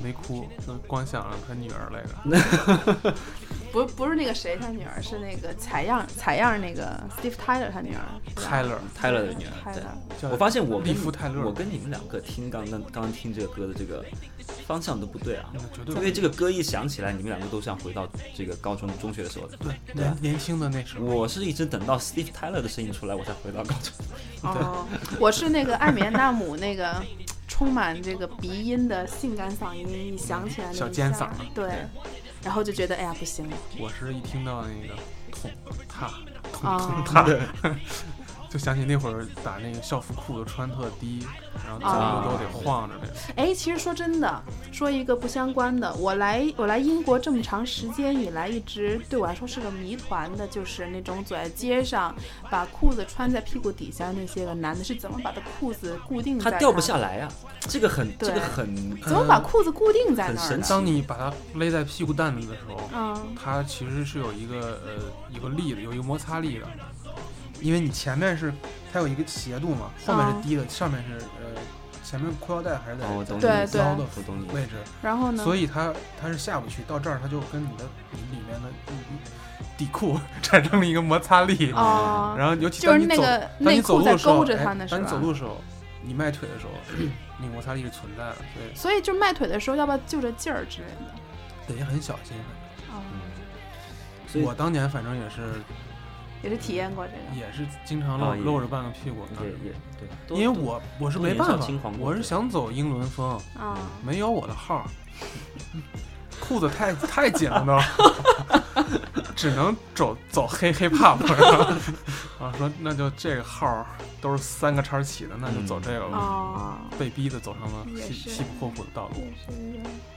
[SPEAKER 6] 没哭，那光想着他女儿来着。
[SPEAKER 7] 不，不是那个谁他女儿，是那个采样采样那个 Steve Tyler 他女儿
[SPEAKER 6] Tyler，
[SPEAKER 5] 泰勒的女儿，对。
[SPEAKER 7] Tyler。
[SPEAKER 6] 叫
[SPEAKER 5] 我发现我
[SPEAKER 6] 利
[SPEAKER 5] 跟
[SPEAKER 6] 夫泰勒
[SPEAKER 5] 我跟你们两个听刚刚刚听这个歌的这个方向都不对啊，
[SPEAKER 6] 绝对
[SPEAKER 5] 因为这个歌一响起来，你们两个都像回到这个高中中学的时候。
[SPEAKER 6] 对年年轻的那时候，
[SPEAKER 5] 我是一直等到 Steve Tyler 的声音出来，我才回到高中。
[SPEAKER 7] 哦，我是那个艾米安纳姆那个 充满这个鼻音的性感嗓音，一想起来那一下
[SPEAKER 6] 小尖嗓儿
[SPEAKER 7] 对，然后就觉得哎呀不行了
[SPEAKER 6] 我是一听到那个捅踏
[SPEAKER 7] 啊，
[SPEAKER 6] 踏， 就想起那会儿把那个校服裤子穿特低，然后走
[SPEAKER 5] 啊
[SPEAKER 6] 路都得晃着那种。
[SPEAKER 7] 哎，其实说真的，说一个不相关的，我来我来英国这么长时间以来，一直对我来说是个谜团的，就是那种走在街上把裤子穿在屁股底下那些个男的，是怎么把他裤子固定在
[SPEAKER 5] 他掉不下来啊，这个很
[SPEAKER 7] 对
[SPEAKER 5] 这个很
[SPEAKER 7] 怎么把裤子固定在
[SPEAKER 5] 很
[SPEAKER 7] 那儿
[SPEAKER 5] 神
[SPEAKER 7] 的？
[SPEAKER 5] 奇
[SPEAKER 6] 当你把它勒在屁股蛋里的时候，
[SPEAKER 7] 嗯，
[SPEAKER 6] 它其实是有一个呃有个力的，有一个摩擦力的，因为你前面是它有一个斜度嘛，后面
[SPEAKER 7] 啊
[SPEAKER 6] 是低的，上面是呃前面裤腰带还是在
[SPEAKER 5] 哦我懂
[SPEAKER 7] 你对对
[SPEAKER 6] 腰的
[SPEAKER 5] 我懂你
[SPEAKER 6] 位置，
[SPEAKER 7] 然后呢？
[SPEAKER 6] 所以它它是下不去，到这儿它就跟你的你里面的你你底裤 产生了一个摩擦力，
[SPEAKER 7] 哦，
[SPEAKER 6] 然后尤其
[SPEAKER 7] 就
[SPEAKER 6] 当
[SPEAKER 7] 是
[SPEAKER 6] 你
[SPEAKER 7] 那
[SPEAKER 6] 走
[SPEAKER 7] 个
[SPEAKER 6] 当
[SPEAKER 7] 内
[SPEAKER 6] 你走
[SPEAKER 7] 裤
[SPEAKER 6] 路
[SPEAKER 7] 在
[SPEAKER 6] 的时候，
[SPEAKER 7] 勾着他呢，
[SPEAKER 6] 哎
[SPEAKER 7] 是
[SPEAKER 6] 当你走
[SPEAKER 7] 吧？
[SPEAKER 6] 路的时候，你迈腿的时候， 你摩擦力是存在的，所以
[SPEAKER 7] 所以就迈腿的时候，要不要就着劲儿之类的？
[SPEAKER 6] 得很小心。哦
[SPEAKER 7] 嗯，
[SPEAKER 5] 所以
[SPEAKER 6] 我当年反正也是
[SPEAKER 7] 也是体验过这个。
[SPEAKER 6] 也是经常
[SPEAKER 5] 啊
[SPEAKER 6] 露
[SPEAKER 5] 也
[SPEAKER 6] 露着半个屁股，啊
[SPEAKER 5] 也也对吧，都
[SPEAKER 6] 因为我我是
[SPEAKER 5] 都
[SPEAKER 6] 没
[SPEAKER 5] 年少
[SPEAKER 6] 办法
[SPEAKER 5] 轻狂，过
[SPEAKER 6] 我是
[SPEAKER 5] 对
[SPEAKER 6] 想走英伦风，
[SPEAKER 7] 啊，
[SPEAKER 6] 没有我的号儿，裤子太太紧了都， 只能走走黑黑 pop，然后啊说那就这个号儿都是三个叉儿起的，那就走
[SPEAKER 5] 嗯
[SPEAKER 6] 这个吧，
[SPEAKER 7] 哦，
[SPEAKER 6] 被逼的走上了
[SPEAKER 7] 也
[SPEAKER 6] 西
[SPEAKER 7] 是
[SPEAKER 6] 西不后悔的道路，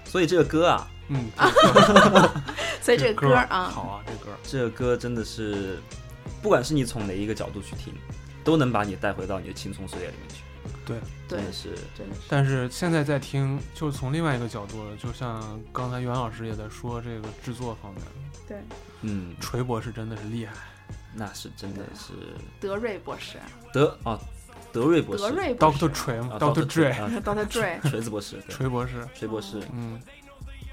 [SPEAKER 5] 所以这个歌啊，
[SPEAKER 6] 嗯， 这个歌
[SPEAKER 7] 所以这个
[SPEAKER 6] 歌
[SPEAKER 7] 歌
[SPEAKER 6] 儿
[SPEAKER 7] 儿啊，
[SPEAKER 6] 好啊，这歌儿
[SPEAKER 5] 这个歌真的是，不管是你从哪一个角度去听，都能把你带回到你的青葱岁月里面去，
[SPEAKER 7] 对
[SPEAKER 5] 真，的是
[SPEAKER 7] 真的是。
[SPEAKER 6] 但是现在在听，就是从另外一个角度了，就像刚才袁老师也在说这个制作方面，
[SPEAKER 7] 对，
[SPEAKER 5] 嗯，
[SPEAKER 6] 锤博士真的是厉害。
[SPEAKER 5] 那是真的是
[SPEAKER 7] 德瑞博士，
[SPEAKER 5] 德哦，德瑞博士，
[SPEAKER 7] 德瑞博士
[SPEAKER 6] Doctor 锤嘛
[SPEAKER 5] 啊
[SPEAKER 6] ，Doctor
[SPEAKER 5] Dre，
[SPEAKER 6] Dre，
[SPEAKER 5] 啊
[SPEAKER 7] ，Doctor Dre，
[SPEAKER 5] 锤子博士，对
[SPEAKER 6] 锤博士，
[SPEAKER 5] 锤博士，
[SPEAKER 6] 嗯，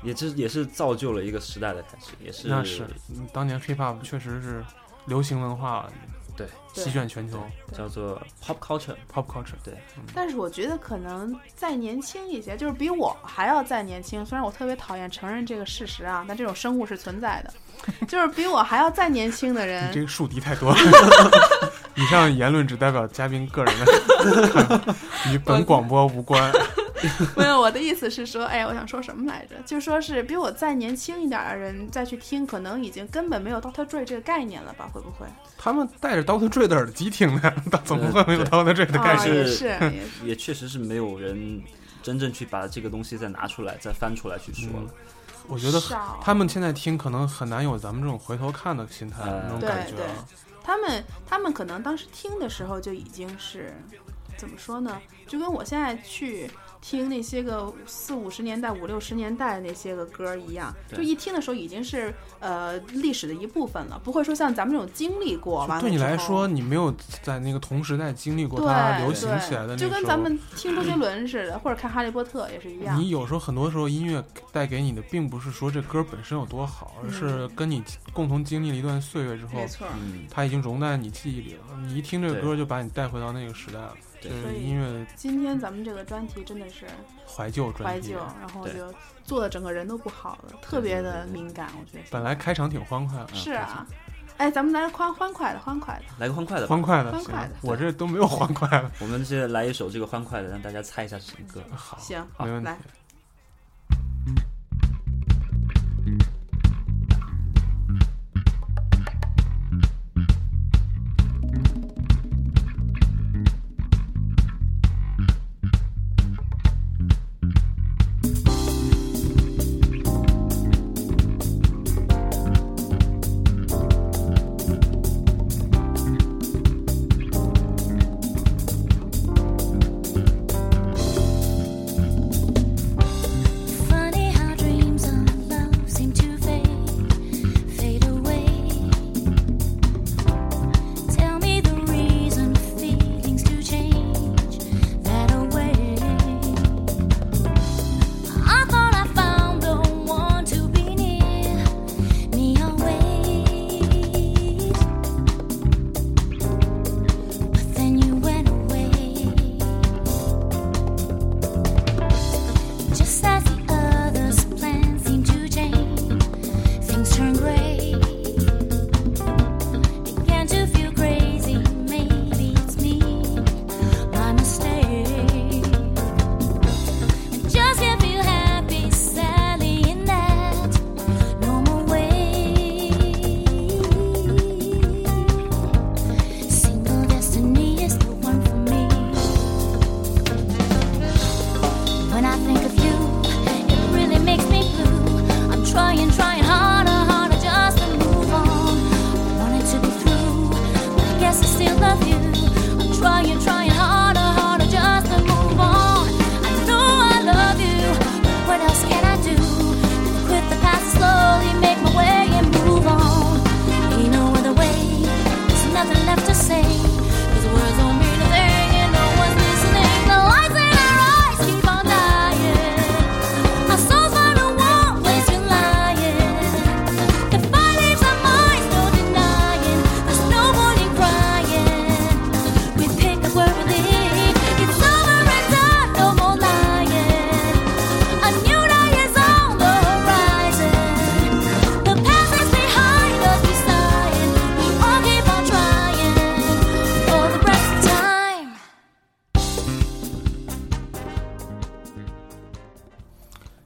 [SPEAKER 5] 也是也是造就了一个时代的开始，也是
[SPEAKER 6] 那是，嗯当年 hip hop 确实是流行文化
[SPEAKER 5] 对
[SPEAKER 6] 席卷全球
[SPEAKER 5] 叫做 pop culture，
[SPEAKER 6] ，pop culture，
[SPEAKER 7] 但是我觉得可能再年轻一些，就是比我还要再年轻。虽然我特别讨厌承认这个事实啊，但这种生物是存在的，就是比我还要再年轻的
[SPEAKER 6] 你这
[SPEAKER 7] 人，
[SPEAKER 6] 个树敌太 多了。以上言论只代表嘉宾个人的看法，与本广播无关。
[SPEAKER 7] 没有我的意思是说，哎，我想说什么来着？就说是比我再年轻一点儿的人再去听，可能已经根本没有 Doctor Dre 这个概念了吧？会不会？
[SPEAKER 6] 他们带着 Doctor Dre 的耳机听的，怎么会没有 Doctor Dre 的概
[SPEAKER 7] 啊，
[SPEAKER 6] 念？
[SPEAKER 7] 也
[SPEAKER 5] 是
[SPEAKER 7] 是，也是，
[SPEAKER 5] 也确实是没有人真正去把这个东西再拿出来，再翻出来去说了。
[SPEAKER 6] 我觉得
[SPEAKER 7] 啊少
[SPEAKER 6] 他们现在听可能很难有咱们这种回头看的心态，
[SPEAKER 5] 呃
[SPEAKER 6] 那种
[SPEAKER 7] 对
[SPEAKER 6] 感觉
[SPEAKER 7] 对
[SPEAKER 6] 啊。
[SPEAKER 7] 他们他们可能当时听的时候就已经是怎么说呢？就跟我现在去听那些个四五十年代、五六十年代那些个歌儿一样，
[SPEAKER 5] 对
[SPEAKER 7] 就一听的时候已经是呃历史的一部分了，不会说像咱们这种经历过完了
[SPEAKER 6] 对你
[SPEAKER 7] 之
[SPEAKER 6] 来
[SPEAKER 7] 后
[SPEAKER 6] 说，。你没有在那个同时代经历过
[SPEAKER 7] 对
[SPEAKER 6] 它流行起来
[SPEAKER 7] 对，
[SPEAKER 6] 的那
[SPEAKER 7] 就
[SPEAKER 6] 时
[SPEAKER 7] 跟
[SPEAKER 6] 候
[SPEAKER 7] 咱们听周杰伦似的，或者看《哈利波特》也是一样。
[SPEAKER 6] 你有时候很多时候音乐带给你的，并不是说这歌本身有多好，而是跟你共同经历了一段岁月之后
[SPEAKER 7] 嗯没，错，
[SPEAKER 5] 嗯，
[SPEAKER 6] 它已经融在你记忆里了。你一听这个
[SPEAKER 5] 对
[SPEAKER 6] 歌，就把你带回到那个时代了。
[SPEAKER 5] 对
[SPEAKER 6] 这
[SPEAKER 7] 所
[SPEAKER 6] 是
[SPEAKER 7] 以
[SPEAKER 6] 音乐
[SPEAKER 7] 今天咱们这个专题真的是
[SPEAKER 6] 怀旧专
[SPEAKER 7] 怀
[SPEAKER 6] 题
[SPEAKER 7] 旧，。然后
[SPEAKER 5] 对
[SPEAKER 7] 就做的整个人都不好了，特别的敏感，我觉得。
[SPEAKER 6] 本来开场挺欢快的，
[SPEAKER 7] 是啊，哎，咱们来欢欢快的，欢快的，
[SPEAKER 5] 来个欢快的吧，
[SPEAKER 6] 欢快的
[SPEAKER 7] 欢
[SPEAKER 6] 行
[SPEAKER 7] 快 的，
[SPEAKER 6] 我这都没有欢快的，
[SPEAKER 5] 我们现在来一首这个欢快的，让大家猜一下是什么歌。
[SPEAKER 6] 好，
[SPEAKER 7] 行，
[SPEAKER 6] 没问题
[SPEAKER 7] 来。
[SPEAKER 6] 嗯，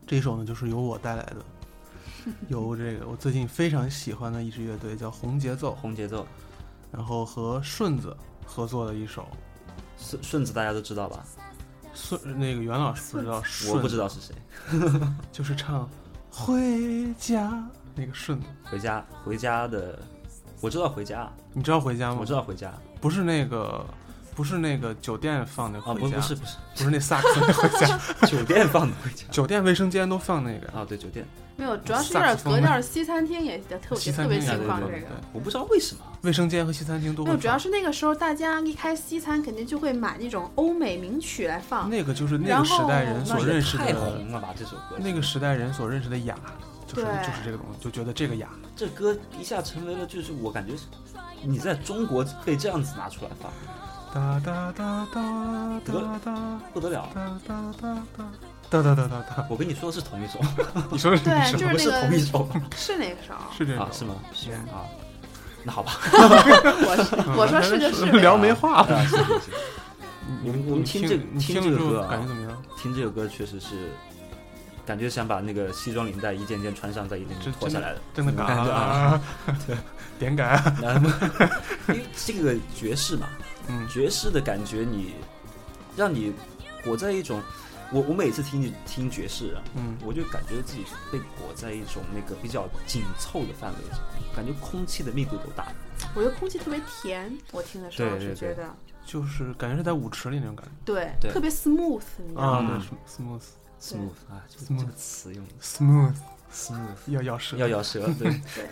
[SPEAKER 6] 这一首呢就是由我带 来的，由这个我最近非常喜欢的一支乐队叫红节奏，
[SPEAKER 5] 红节奏，
[SPEAKER 6] 然后和顺子合作的一首。
[SPEAKER 5] 顺顺子大家都知道吧？
[SPEAKER 6] 顺那个袁老师不知道，顺
[SPEAKER 5] 我不知道是谁。
[SPEAKER 6] 就是唱《回家》那个顺子，
[SPEAKER 5] 回家回家的，我知道回家，
[SPEAKER 6] 你知道《回家》吗？
[SPEAKER 5] 我知道回家
[SPEAKER 6] 不是那个，不是那个酒店放的
[SPEAKER 5] 啊，
[SPEAKER 6] 回
[SPEAKER 5] 不
[SPEAKER 6] 家，
[SPEAKER 5] 不是不是
[SPEAKER 6] 不是那萨克斯的 回家，
[SPEAKER 5] 酒店放的回 家
[SPEAKER 6] 酒店卫生间都放那个。
[SPEAKER 5] 啊，对酒店，
[SPEAKER 7] 没有，主要是有点格调。西餐厅也特别
[SPEAKER 6] 西
[SPEAKER 7] 特
[SPEAKER 6] 餐厅啊
[SPEAKER 7] 别
[SPEAKER 6] 也
[SPEAKER 7] 喜
[SPEAKER 5] 对对
[SPEAKER 7] 欢
[SPEAKER 5] 对
[SPEAKER 7] 这
[SPEAKER 5] 对
[SPEAKER 7] 个。，
[SPEAKER 5] 我不知道为什么。
[SPEAKER 6] 卫生间和西餐厅都会
[SPEAKER 7] 没有，
[SPEAKER 6] 放。
[SPEAKER 7] 主要是那个时候大家一开西餐，肯定就会买那种欧美名曲来放。
[SPEAKER 6] 那个就是那
[SPEAKER 7] 然
[SPEAKER 6] 个
[SPEAKER 7] 后
[SPEAKER 6] 时代人所
[SPEAKER 5] 那也
[SPEAKER 6] 认识
[SPEAKER 5] 太
[SPEAKER 6] 的
[SPEAKER 5] 红了吧？这首歌，
[SPEAKER 6] 那个时代人所认识的雅，就是
[SPEAKER 7] 对
[SPEAKER 6] 就是这个东西，就觉得这个雅。
[SPEAKER 5] 这歌一下成为了，就是我感觉是你在中国可以这样子拿出来放，
[SPEAKER 6] 哒哒哒哒哒哒
[SPEAKER 5] 不得了
[SPEAKER 6] 哒。哒哒哒哒哒哒哒哒。
[SPEAKER 5] 我跟你说的是同一首，
[SPEAKER 6] 你说的
[SPEAKER 7] 对
[SPEAKER 6] 是什
[SPEAKER 7] 就是
[SPEAKER 6] 么？
[SPEAKER 5] 不 是
[SPEAKER 7] 那个
[SPEAKER 5] 同一首
[SPEAKER 7] 是哪首？
[SPEAKER 6] 是这
[SPEAKER 5] 啊
[SPEAKER 6] 种？？
[SPEAKER 5] 是吗？
[SPEAKER 7] 是
[SPEAKER 5] 啊，那好吧，
[SPEAKER 7] 我我说是就是呗。
[SPEAKER 6] 嗯聊没话了。
[SPEAKER 5] 啊行行行我们我们
[SPEAKER 6] 你
[SPEAKER 5] 听
[SPEAKER 6] 听
[SPEAKER 5] 这个
[SPEAKER 6] 你
[SPEAKER 5] 听
[SPEAKER 6] 了
[SPEAKER 5] 这个
[SPEAKER 6] 之后
[SPEAKER 5] 歌啊
[SPEAKER 6] 感觉怎么样？
[SPEAKER 5] 听这首歌确实是，感觉想把那个西装领带一件件穿上，再一件件
[SPEAKER 6] 真
[SPEAKER 5] 脱下来的，
[SPEAKER 6] 真的
[SPEAKER 5] 嗯
[SPEAKER 6] 嘎
[SPEAKER 5] 感觉啊。
[SPEAKER 6] 啊！ 点改，
[SPEAKER 5] 然后 因为这个爵士嘛，
[SPEAKER 6] 嗯，
[SPEAKER 5] 爵士的感觉你，让你裹在一种，我我每次听你听爵士啊，
[SPEAKER 6] 嗯
[SPEAKER 5] 我就感觉自己被裹在一种那个比较紧凑的范围中，感觉空气的密度都大。
[SPEAKER 7] 我觉得空气特别甜，我听的时候
[SPEAKER 5] 对对
[SPEAKER 7] 是觉
[SPEAKER 5] 对
[SPEAKER 7] 得
[SPEAKER 6] 就是感觉是在舞池里那种感觉
[SPEAKER 7] 对
[SPEAKER 5] 对
[SPEAKER 7] 特别 smooth，你知道
[SPEAKER 6] 啊，
[SPEAKER 7] 吗？
[SPEAKER 5] 嗯
[SPEAKER 6] 对，smooth
[SPEAKER 5] smooth 啊，这个
[SPEAKER 6] Smooth
[SPEAKER 5] 这个词用的
[SPEAKER 6] smooth，
[SPEAKER 5] smooth
[SPEAKER 6] 要要舌。
[SPEAKER 5] 要咬舌，对，
[SPEAKER 7] 对，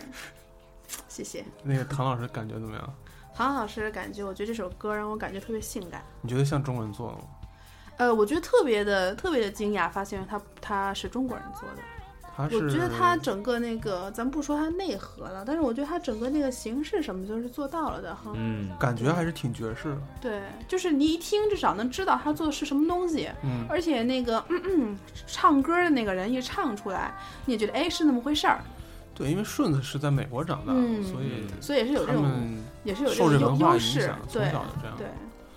[SPEAKER 7] 谢谢
[SPEAKER 6] 那个唐老师感觉怎么样？
[SPEAKER 7] 唐老师的感觉，我觉得这首歌让我感觉特别性感。
[SPEAKER 6] 你觉得像中文做的吗？
[SPEAKER 7] 呃，我觉得特别的特别的惊讶，发现他他是中国人做的。
[SPEAKER 6] 他是
[SPEAKER 7] 我觉得他整个那个，咱不说他内核了，但是我觉得他整个那个形式什么就是做到了的哈。
[SPEAKER 5] 嗯，
[SPEAKER 6] 感觉还是挺爵士的。
[SPEAKER 7] 对，就是你一听至少能知道他做的是什么东西，
[SPEAKER 6] 嗯，
[SPEAKER 7] 而且那个嗯嗯，唱歌的那个人一唱出来，你也觉得哎是那么回事儿，
[SPEAKER 6] 对，因为顺子是在美国长大的，
[SPEAKER 7] 嗯
[SPEAKER 6] 所以
[SPEAKER 7] 所以也是有这
[SPEAKER 6] 他
[SPEAKER 7] 种
[SPEAKER 6] 们
[SPEAKER 7] 也是有
[SPEAKER 6] 受
[SPEAKER 7] 这
[SPEAKER 6] 这
[SPEAKER 7] 种
[SPEAKER 6] 文
[SPEAKER 7] 优
[SPEAKER 6] 化
[SPEAKER 7] 优
[SPEAKER 6] 影
[SPEAKER 7] 势
[SPEAKER 6] 响，，从
[SPEAKER 7] 对
[SPEAKER 6] 小就这样。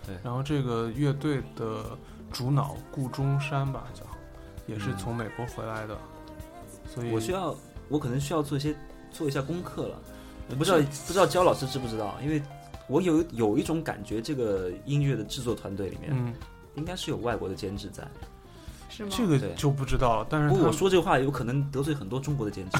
[SPEAKER 7] 对，
[SPEAKER 6] 然后这个乐队的主脑顾中山吧，叫，也是
[SPEAKER 5] 嗯
[SPEAKER 6] 从美国回来的，所以
[SPEAKER 5] 我需要，我可能需要做一些做一下功课了，我不知道不知道焦老师知不知道，因为我有有一种感觉，这个音乐的制作团队里面
[SPEAKER 6] 嗯，
[SPEAKER 5] 应该是有外国的监制在。
[SPEAKER 7] 是吗？
[SPEAKER 6] 这个
[SPEAKER 5] 对
[SPEAKER 6] 就不知道了。但是
[SPEAKER 5] 不过我
[SPEAKER 6] 他
[SPEAKER 5] 说这话有可能得罪很多中国的监制，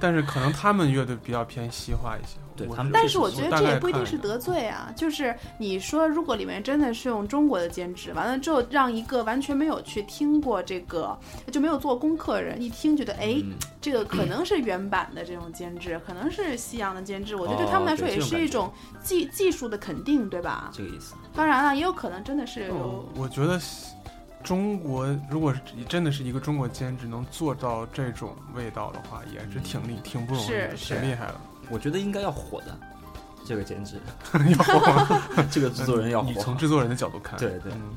[SPEAKER 6] 但是可能他们乐队比较偏西化一些，
[SPEAKER 5] 对
[SPEAKER 6] 我
[SPEAKER 5] 他们
[SPEAKER 7] 但是我
[SPEAKER 5] 确
[SPEAKER 7] 觉得
[SPEAKER 5] 实
[SPEAKER 6] 大
[SPEAKER 7] 这也
[SPEAKER 6] 概
[SPEAKER 7] 不一定
[SPEAKER 6] 看
[SPEAKER 7] 是得罪啊，就是你说如果里面真的是用中国的兼职，完了之后让一个完全没有去听过这个就没有做功课的人一听觉得哎、
[SPEAKER 5] 嗯
[SPEAKER 7] 这个可能是原版的这种兼职，可能是西洋的兼职，我觉得对他们来说
[SPEAKER 5] 哦对
[SPEAKER 7] 也是一种技技术的肯定，对吧？
[SPEAKER 5] 这个意思。
[SPEAKER 7] 当然了，也有可能真的是有
[SPEAKER 5] 哦
[SPEAKER 6] 我我觉得中国如果是真的是一个中国监制能做到这种味道的话，也是挺厉挺不容易的，
[SPEAKER 7] 是是
[SPEAKER 6] 挺厉害的。
[SPEAKER 5] 我觉得应该要火的，这个监制，
[SPEAKER 6] 要火
[SPEAKER 5] 这个制作人要
[SPEAKER 6] 你
[SPEAKER 5] 火。
[SPEAKER 6] 从制作人的角度看，
[SPEAKER 5] 对对
[SPEAKER 6] 嗯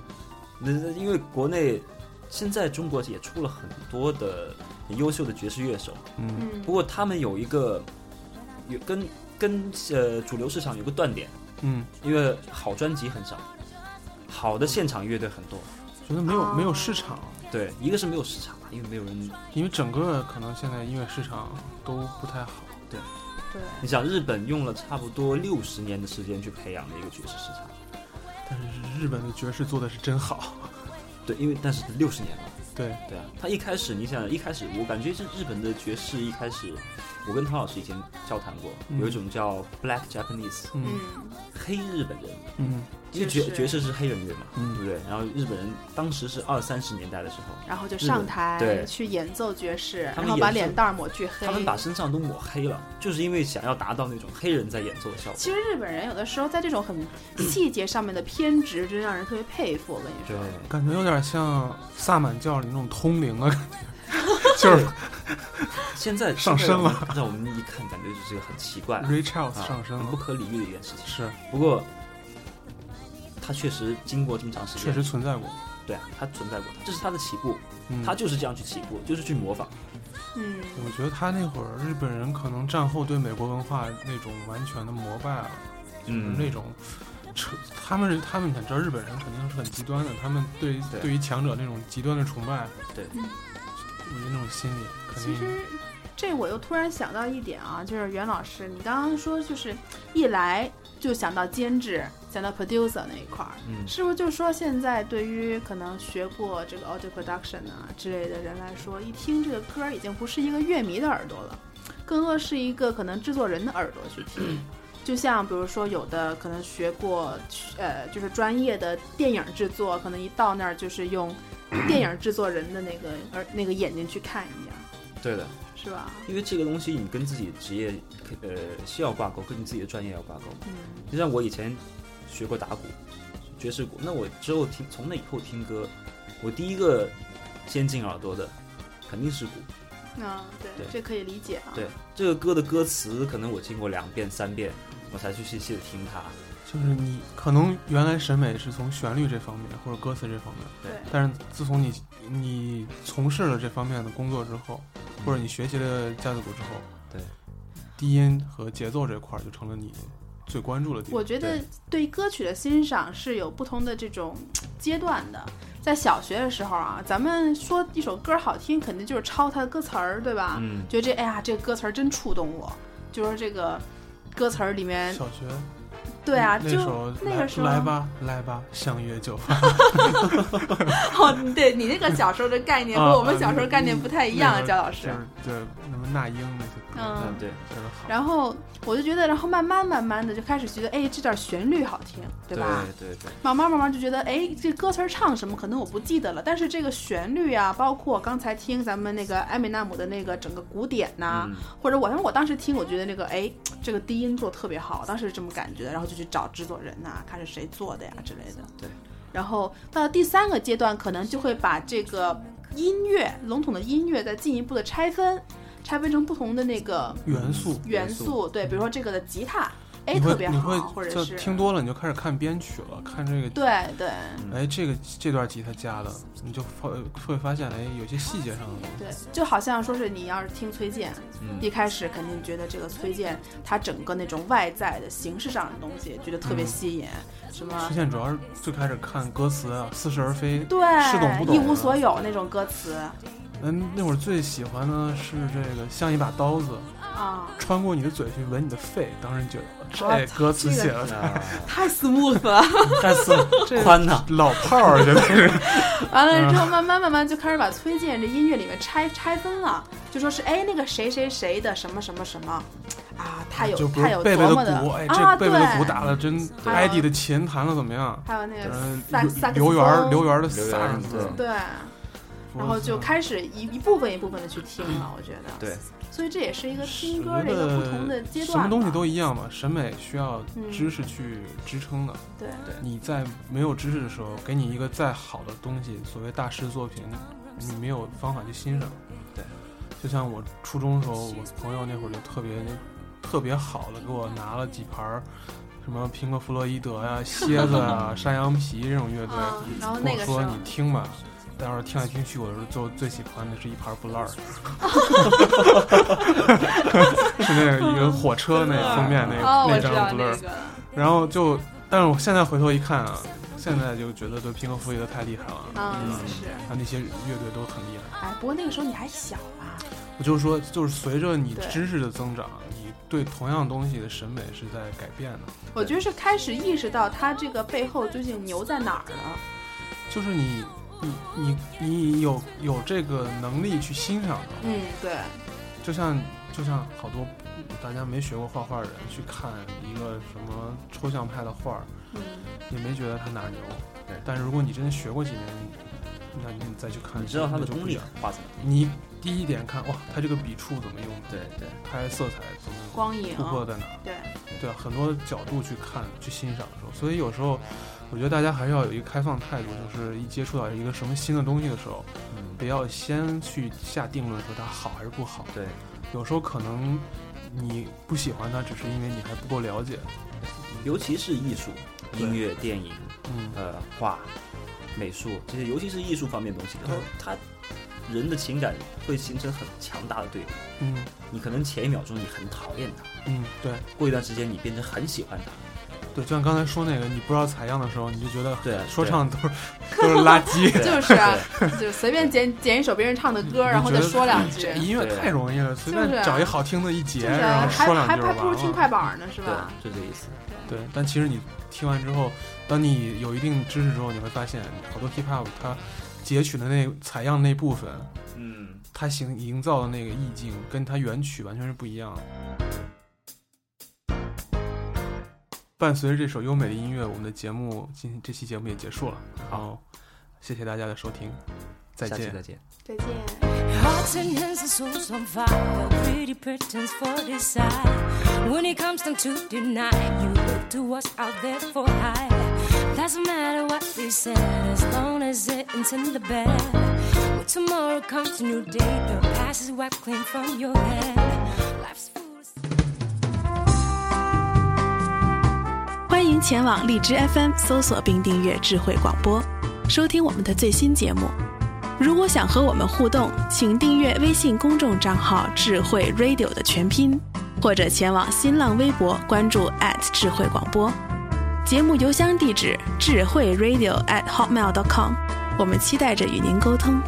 [SPEAKER 5] 那那因为国内现在中国也出了很多的很优秀的爵士乐手，
[SPEAKER 6] 嗯
[SPEAKER 5] 不
[SPEAKER 7] 嗯，
[SPEAKER 5] 过他们有一个有跟跟呃主流市场有个断点，
[SPEAKER 6] 嗯，
[SPEAKER 5] 因为好专辑很少，好的现场乐队很多。
[SPEAKER 6] 觉得没有
[SPEAKER 7] 哦
[SPEAKER 6] 没有市场，
[SPEAKER 5] 对，一个是没有市场，因为没有人。
[SPEAKER 6] 因为整个可能现在音乐市场都不太好。
[SPEAKER 7] 对，
[SPEAKER 5] 你想，日本用了差不多六十年的时间去培养的一个爵士市场。
[SPEAKER 6] 但是日本的爵士做的是真好，
[SPEAKER 5] 对，因为但是六十年嘛，
[SPEAKER 6] 对，
[SPEAKER 5] 对啊，他一开始你想，一开始我感觉是日本的爵士，一开始我跟汤老师以前交谈过，
[SPEAKER 6] 嗯
[SPEAKER 5] 有一种叫 Black Japanese
[SPEAKER 6] 嗯
[SPEAKER 7] 嗯，
[SPEAKER 5] 黑日本人，
[SPEAKER 6] 嗯
[SPEAKER 5] 因为
[SPEAKER 7] 爵
[SPEAKER 5] 爵
[SPEAKER 7] 士
[SPEAKER 5] 爵士是黑人乐嘛，
[SPEAKER 6] 嗯
[SPEAKER 5] 对不对？然后日本人当时是二三十年代的时候，
[SPEAKER 7] 然后就上
[SPEAKER 5] 日本
[SPEAKER 7] 台
[SPEAKER 5] 对
[SPEAKER 7] 去演奏爵士，
[SPEAKER 5] 他
[SPEAKER 7] 然
[SPEAKER 5] 们
[SPEAKER 7] 后把
[SPEAKER 5] 演奏
[SPEAKER 7] 脸蛋儿抹去黑，
[SPEAKER 5] 他们把身上都抹黑了，就是因为想要达到那种黑人在演奏的效果。
[SPEAKER 7] 其实日本人有的时候在这种很细节上面的偏执，真让人特别佩服。我跟你
[SPEAKER 5] 对
[SPEAKER 7] 说，，
[SPEAKER 6] 感觉有点像萨满教里那种通灵的感觉， 就是
[SPEAKER 5] 现在
[SPEAKER 6] 上身了，
[SPEAKER 5] 现在让我们让我们一看感觉就是一个很奇怪
[SPEAKER 6] Ray Charles
[SPEAKER 5] 啊
[SPEAKER 6] 上身
[SPEAKER 5] 很不
[SPEAKER 6] 了，
[SPEAKER 5] 可理喻的一件事情。
[SPEAKER 6] 是
[SPEAKER 5] 不过，他确实经过这么长时
[SPEAKER 6] 确
[SPEAKER 5] 间，
[SPEAKER 6] 实存在过。
[SPEAKER 5] 对啊，他存在过，这是他的起步，
[SPEAKER 6] 嗯
[SPEAKER 5] 他就是这样去起步，就是去模仿。
[SPEAKER 7] 嗯，
[SPEAKER 6] 我觉得他那会儿日本人可能战后对美国文化那种完全的膜拜啊，就是
[SPEAKER 5] 嗯
[SPEAKER 6] 那种扯他们他们，你知道日本人肯定是很极端的，他们对
[SPEAKER 5] 对
[SPEAKER 6] 对于强者那种极端的崇拜，
[SPEAKER 5] 对
[SPEAKER 6] 我觉得那种心理肯
[SPEAKER 7] 其
[SPEAKER 6] 定
[SPEAKER 7] 实这我又突然想到一点啊，就是袁老师，你刚刚说就是一来就想到监制，想到 producer 那一块儿，
[SPEAKER 5] 嗯
[SPEAKER 7] 是不是就说现在对于可能学过这个 audio production 啊之类的人来说，一听这个歌儿已经不是一个乐迷的耳朵了，更多是一个可能制作人的耳朵去 听。就像比如说，有的可能学过，呃，就是专业的电影制作，可能一到那儿就是 用电影制作人的那个耳那个眼睛去看一样，
[SPEAKER 5] 对的，
[SPEAKER 7] 是吧？
[SPEAKER 5] 因为这个东西你跟自己职业呃是要挂钩，跟你自己的专业要挂钩。
[SPEAKER 7] 嗯
[SPEAKER 5] 就像我以前学过打鼓，爵士鼓，那我之后听从那以后听歌，我第一个先进耳朵的肯定是鼓。，
[SPEAKER 7] 那啊对，
[SPEAKER 5] 对
[SPEAKER 7] 这可以理解啊。
[SPEAKER 5] 对，这个歌的歌词，可能我听过两遍三遍，我才去细细的听它。
[SPEAKER 7] 啊
[SPEAKER 6] 就是你可能原来审美是从旋律这方面或者歌词这方面，
[SPEAKER 7] 对
[SPEAKER 6] 但是自从你你从事了这方面的工作之后，或者你学习了架子鼓之后，
[SPEAKER 5] 嗯对，
[SPEAKER 6] 低音和节奏这块儿就成了你最关注的地方
[SPEAKER 7] 我。觉得对歌曲的欣赏是有不同的这种阶段的。在小学的时候啊，咱们说一首歌好听，肯定就是抄它的歌词儿，对吧？
[SPEAKER 5] 嗯
[SPEAKER 7] 觉得这哎呀，这个歌词儿真触动我，就说这个歌词儿里面，
[SPEAKER 6] 小学
[SPEAKER 7] 对啊，
[SPEAKER 6] 那
[SPEAKER 7] 就
[SPEAKER 6] 首
[SPEAKER 7] 那
[SPEAKER 6] 来
[SPEAKER 7] 个时候，
[SPEAKER 6] 来吧来吧，相约 就发，
[SPEAKER 7] 哦，对你那个小时候的概念
[SPEAKER 6] 啊
[SPEAKER 7] 和我 们小时候概哎念不太一样啊，
[SPEAKER 6] 那个
[SPEAKER 7] 焦老师
[SPEAKER 6] 就。是对那么那英那些歌，
[SPEAKER 7] 嗯
[SPEAKER 5] 嗯，对，
[SPEAKER 6] 觉得好。
[SPEAKER 7] 然后我就觉得，然后慢慢慢慢的就开始觉得，哎，这段旋律好听，对吧？
[SPEAKER 5] 对对
[SPEAKER 7] 慢慢慢慢就觉得，哎，这歌词儿唱什么可能我不记得了，但是这个旋律啊，包括刚才听咱们那个艾美纳姆的那个整个鼓点呐、
[SPEAKER 5] 嗯
[SPEAKER 7] 或者我我当时听，我觉得那个哎，这个低音做特别好，当时是这么感觉的，然后就去找制作人呐、看是谁做的呀之类的。
[SPEAKER 5] 对。
[SPEAKER 7] 然后到了第三个阶段，可能就会把这个音乐笼统的音乐再进一步的拆分，拆分成不同的那个
[SPEAKER 6] 元素，
[SPEAKER 7] 元
[SPEAKER 5] 元
[SPEAKER 7] 素，对，比如说这个的吉他，哎，
[SPEAKER 6] 你会
[SPEAKER 7] 特别
[SPEAKER 6] 你会
[SPEAKER 7] 好，或者
[SPEAKER 6] 就是听多了你就开始看编曲了，看这个，
[SPEAKER 7] 对对
[SPEAKER 6] 哎，这个这段吉他加的，你就发会发现，哎，有些细节上的东西。
[SPEAKER 7] 对，就好像说是你要是听崔健，
[SPEAKER 5] 嗯
[SPEAKER 7] 一开始肯定觉得这个崔健他整个那种外在的形式上的东西，觉得特别吸引，什么
[SPEAKER 6] 出。现主要是最开始看歌词啊，似是而非，
[SPEAKER 7] 对
[SPEAKER 6] 是懂不，懂
[SPEAKER 7] 一无所有那种歌词
[SPEAKER 6] 嗯，那会儿最喜欢的是这个像一把刀子
[SPEAKER 7] 啊，
[SPEAKER 6] 穿过你的嘴去吻你的肺，当时觉
[SPEAKER 7] 哇
[SPEAKER 6] 得这歌词写的
[SPEAKER 5] 啊，
[SPEAKER 7] 太 smooth 了。
[SPEAKER 6] 太死了，这
[SPEAKER 5] 宽呐，
[SPEAKER 6] 老炮儿啊真的是。
[SPEAKER 7] 完了
[SPEAKER 6] 嗯
[SPEAKER 7] 之后，慢慢慢慢就开始把崔健这音乐里面拆拆分了，就说是哎那个谁谁谁的什么什么什么，啊，太有
[SPEAKER 6] 哎就比如
[SPEAKER 7] 太有
[SPEAKER 6] 贝贝
[SPEAKER 7] 琢磨
[SPEAKER 6] 的鼓，哎，
[SPEAKER 7] 啊，
[SPEAKER 6] 这贝
[SPEAKER 7] 对，
[SPEAKER 6] 贝的鼓打的真，
[SPEAKER 7] 对
[SPEAKER 6] 艾迪的琴弹的怎么样？
[SPEAKER 7] 还有那个
[SPEAKER 6] 嗯
[SPEAKER 7] 萨萨克，斯
[SPEAKER 6] 刘源儿
[SPEAKER 7] 风
[SPEAKER 6] 刘源儿的
[SPEAKER 5] 刘
[SPEAKER 6] 萨
[SPEAKER 5] 源
[SPEAKER 6] 克
[SPEAKER 5] 儿
[SPEAKER 6] 斯，啊
[SPEAKER 5] 对
[SPEAKER 7] 对，然后就开始一一部分一部分的去听了，我觉得。
[SPEAKER 5] 对。
[SPEAKER 7] 所以这也是一个听歌
[SPEAKER 6] 我
[SPEAKER 7] 的
[SPEAKER 6] 觉
[SPEAKER 7] 一个
[SPEAKER 6] 得
[SPEAKER 7] 不同的阶段吧。
[SPEAKER 6] 什么东西都一样嘛，审美需要
[SPEAKER 7] 嗯
[SPEAKER 6] 知识去支撑的。
[SPEAKER 7] 对。
[SPEAKER 6] 你在没有知识的时候，给你一个再好的东西，所谓大师作品，你没有方法去欣赏。
[SPEAKER 5] 对，
[SPEAKER 6] 就像我初中的时候，我朋友那会儿就特别特别好的给我拿了几盘儿什么苹果弗洛伊德呀、蝎子 啊、山羊皮这种乐队，
[SPEAKER 7] 啊，然后
[SPEAKER 6] 跟
[SPEAKER 7] 那
[SPEAKER 6] 我
[SPEAKER 7] 个时候
[SPEAKER 6] 说你，听吧。待会儿听来听去，我是最最喜欢的是一盘不 烂儿，是那个一个火车那个封面那
[SPEAKER 7] 哦，
[SPEAKER 6] 个
[SPEAKER 7] 我
[SPEAKER 6] 那
[SPEAKER 7] 知
[SPEAKER 6] 张
[SPEAKER 7] 道
[SPEAKER 6] 不
[SPEAKER 7] 那
[SPEAKER 6] 烂儿，
[SPEAKER 7] 个
[SPEAKER 6] 然后就，但是我现在回头一看啊，现在就觉得对平克·弗里德太厉害了，
[SPEAKER 7] 啊，是。
[SPEAKER 6] 啊，那些乐队都很厉害。
[SPEAKER 7] 哎，不过那个时候你还小啊。
[SPEAKER 6] 我就是说，就是随着你
[SPEAKER 7] 对
[SPEAKER 6] 知识的增长，你对同样东西的审美是在改变的。
[SPEAKER 7] 我觉得是开始意识到它这个背后究竟牛在哪儿了。
[SPEAKER 6] 就是你，你，你，你有有这个能力去欣赏的，
[SPEAKER 7] 嗯，对，
[SPEAKER 6] 就像就像好多大家没学过画画的人去看一个什么抽象派的画儿，
[SPEAKER 7] 嗯，
[SPEAKER 6] 也没觉得他哪儿牛
[SPEAKER 5] 对。
[SPEAKER 6] 但是如果你真的学过几年，那你再去看，
[SPEAKER 5] 你知道它
[SPEAKER 6] 那
[SPEAKER 5] 的
[SPEAKER 6] 就不
[SPEAKER 5] 功
[SPEAKER 6] 一
[SPEAKER 5] 力
[SPEAKER 6] 样。
[SPEAKER 5] 画怎么样？
[SPEAKER 6] 你第一点看哇，它这个笔触怎么用的，
[SPEAKER 5] 对对，
[SPEAKER 6] 它的色彩怎么
[SPEAKER 7] 光影
[SPEAKER 6] 突，破在哪儿？
[SPEAKER 7] 对，
[SPEAKER 6] 对啊，很多角度去看、去欣赏的时候，所以有时候我觉得大家还是要有一个开放态度，就是一接触到一个什么新的东西的时候，
[SPEAKER 5] 嗯，
[SPEAKER 6] 不要先去下定论说它好还是不好。
[SPEAKER 5] 对，
[SPEAKER 6] 有时候可能你不喜欢它，只是因为你还不够了解。
[SPEAKER 5] 尤其是艺术、音乐、电影、
[SPEAKER 6] 嗯，
[SPEAKER 5] 呃画、美术这些，尤其是艺术方面的东西，然后它人的情感会形成很强大的对比。
[SPEAKER 6] 嗯
[SPEAKER 5] 你可能前一秒钟你很讨厌他，
[SPEAKER 6] 嗯，对
[SPEAKER 5] 过一段时间你变成很喜欢他，
[SPEAKER 6] 对，就像刚才说那个，你不知道采样的时候，你就觉得
[SPEAKER 5] 对
[SPEAKER 6] 说唱都是都是垃圾，
[SPEAKER 5] 对
[SPEAKER 10] 就是啊，就是随便捡捡一首别人唱的歌，然后再说两句
[SPEAKER 6] 这，音乐太容易了，随便
[SPEAKER 10] 就是啊
[SPEAKER 6] 找一好听的一
[SPEAKER 10] 就
[SPEAKER 6] 截，
[SPEAKER 10] 是啊
[SPEAKER 6] 然后
[SPEAKER 10] 还
[SPEAKER 6] 说两
[SPEAKER 10] 还
[SPEAKER 6] 句就
[SPEAKER 10] 还
[SPEAKER 6] 嗯完
[SPEAKER 10] 不如听
[SPEAKER 6] 了。
[SPEAKER 10] 快板儿呢，是
[SPEAKER 5] 对
[SPEAKER 10] 吧？，
[SPEAKER 5] 就这意思。
[SPEAKER 6] 对，但其实你听完之后，当你有一定知识之后，你会发现好多 hip hop 它截取的那采样那部分，
[SPEAKER 5] 嗯，
[SPEAKER 6] 它形营造的那个意境跟它原曲完全是不一样的。伴随着这首优美的音乐，我们的节目今这期节目也结束了。然后谢谢大家的收听，再
[SPEAKER 5] 下期
[SPEAKER 6] 见
[SPEAKER 5] 再。见。
[SPEAKER 10] 再见。
[SPEAKER 9] Hearts and hands and souls on fire. Pretty pretends for desire. When it comes time to deny, you look to what's out there for hire. Doesn't matter what they said, as long as it ends in the bed. Well, tomorrow comes a new day. The past is wiped clean from your head. Life's full of
[SPEAKER 7] 欢迎前往荔枝 FM 搜索并订阅智慧广播，收听我们的最新节目。如果想和我们互动，请订阅微信公众账号“智慧 Radio” 的全拼，或者前往新浪微博关注智慧广播。节目邮箱地址：智慧 Radio at hotmail.com。我们期待着与您沟通。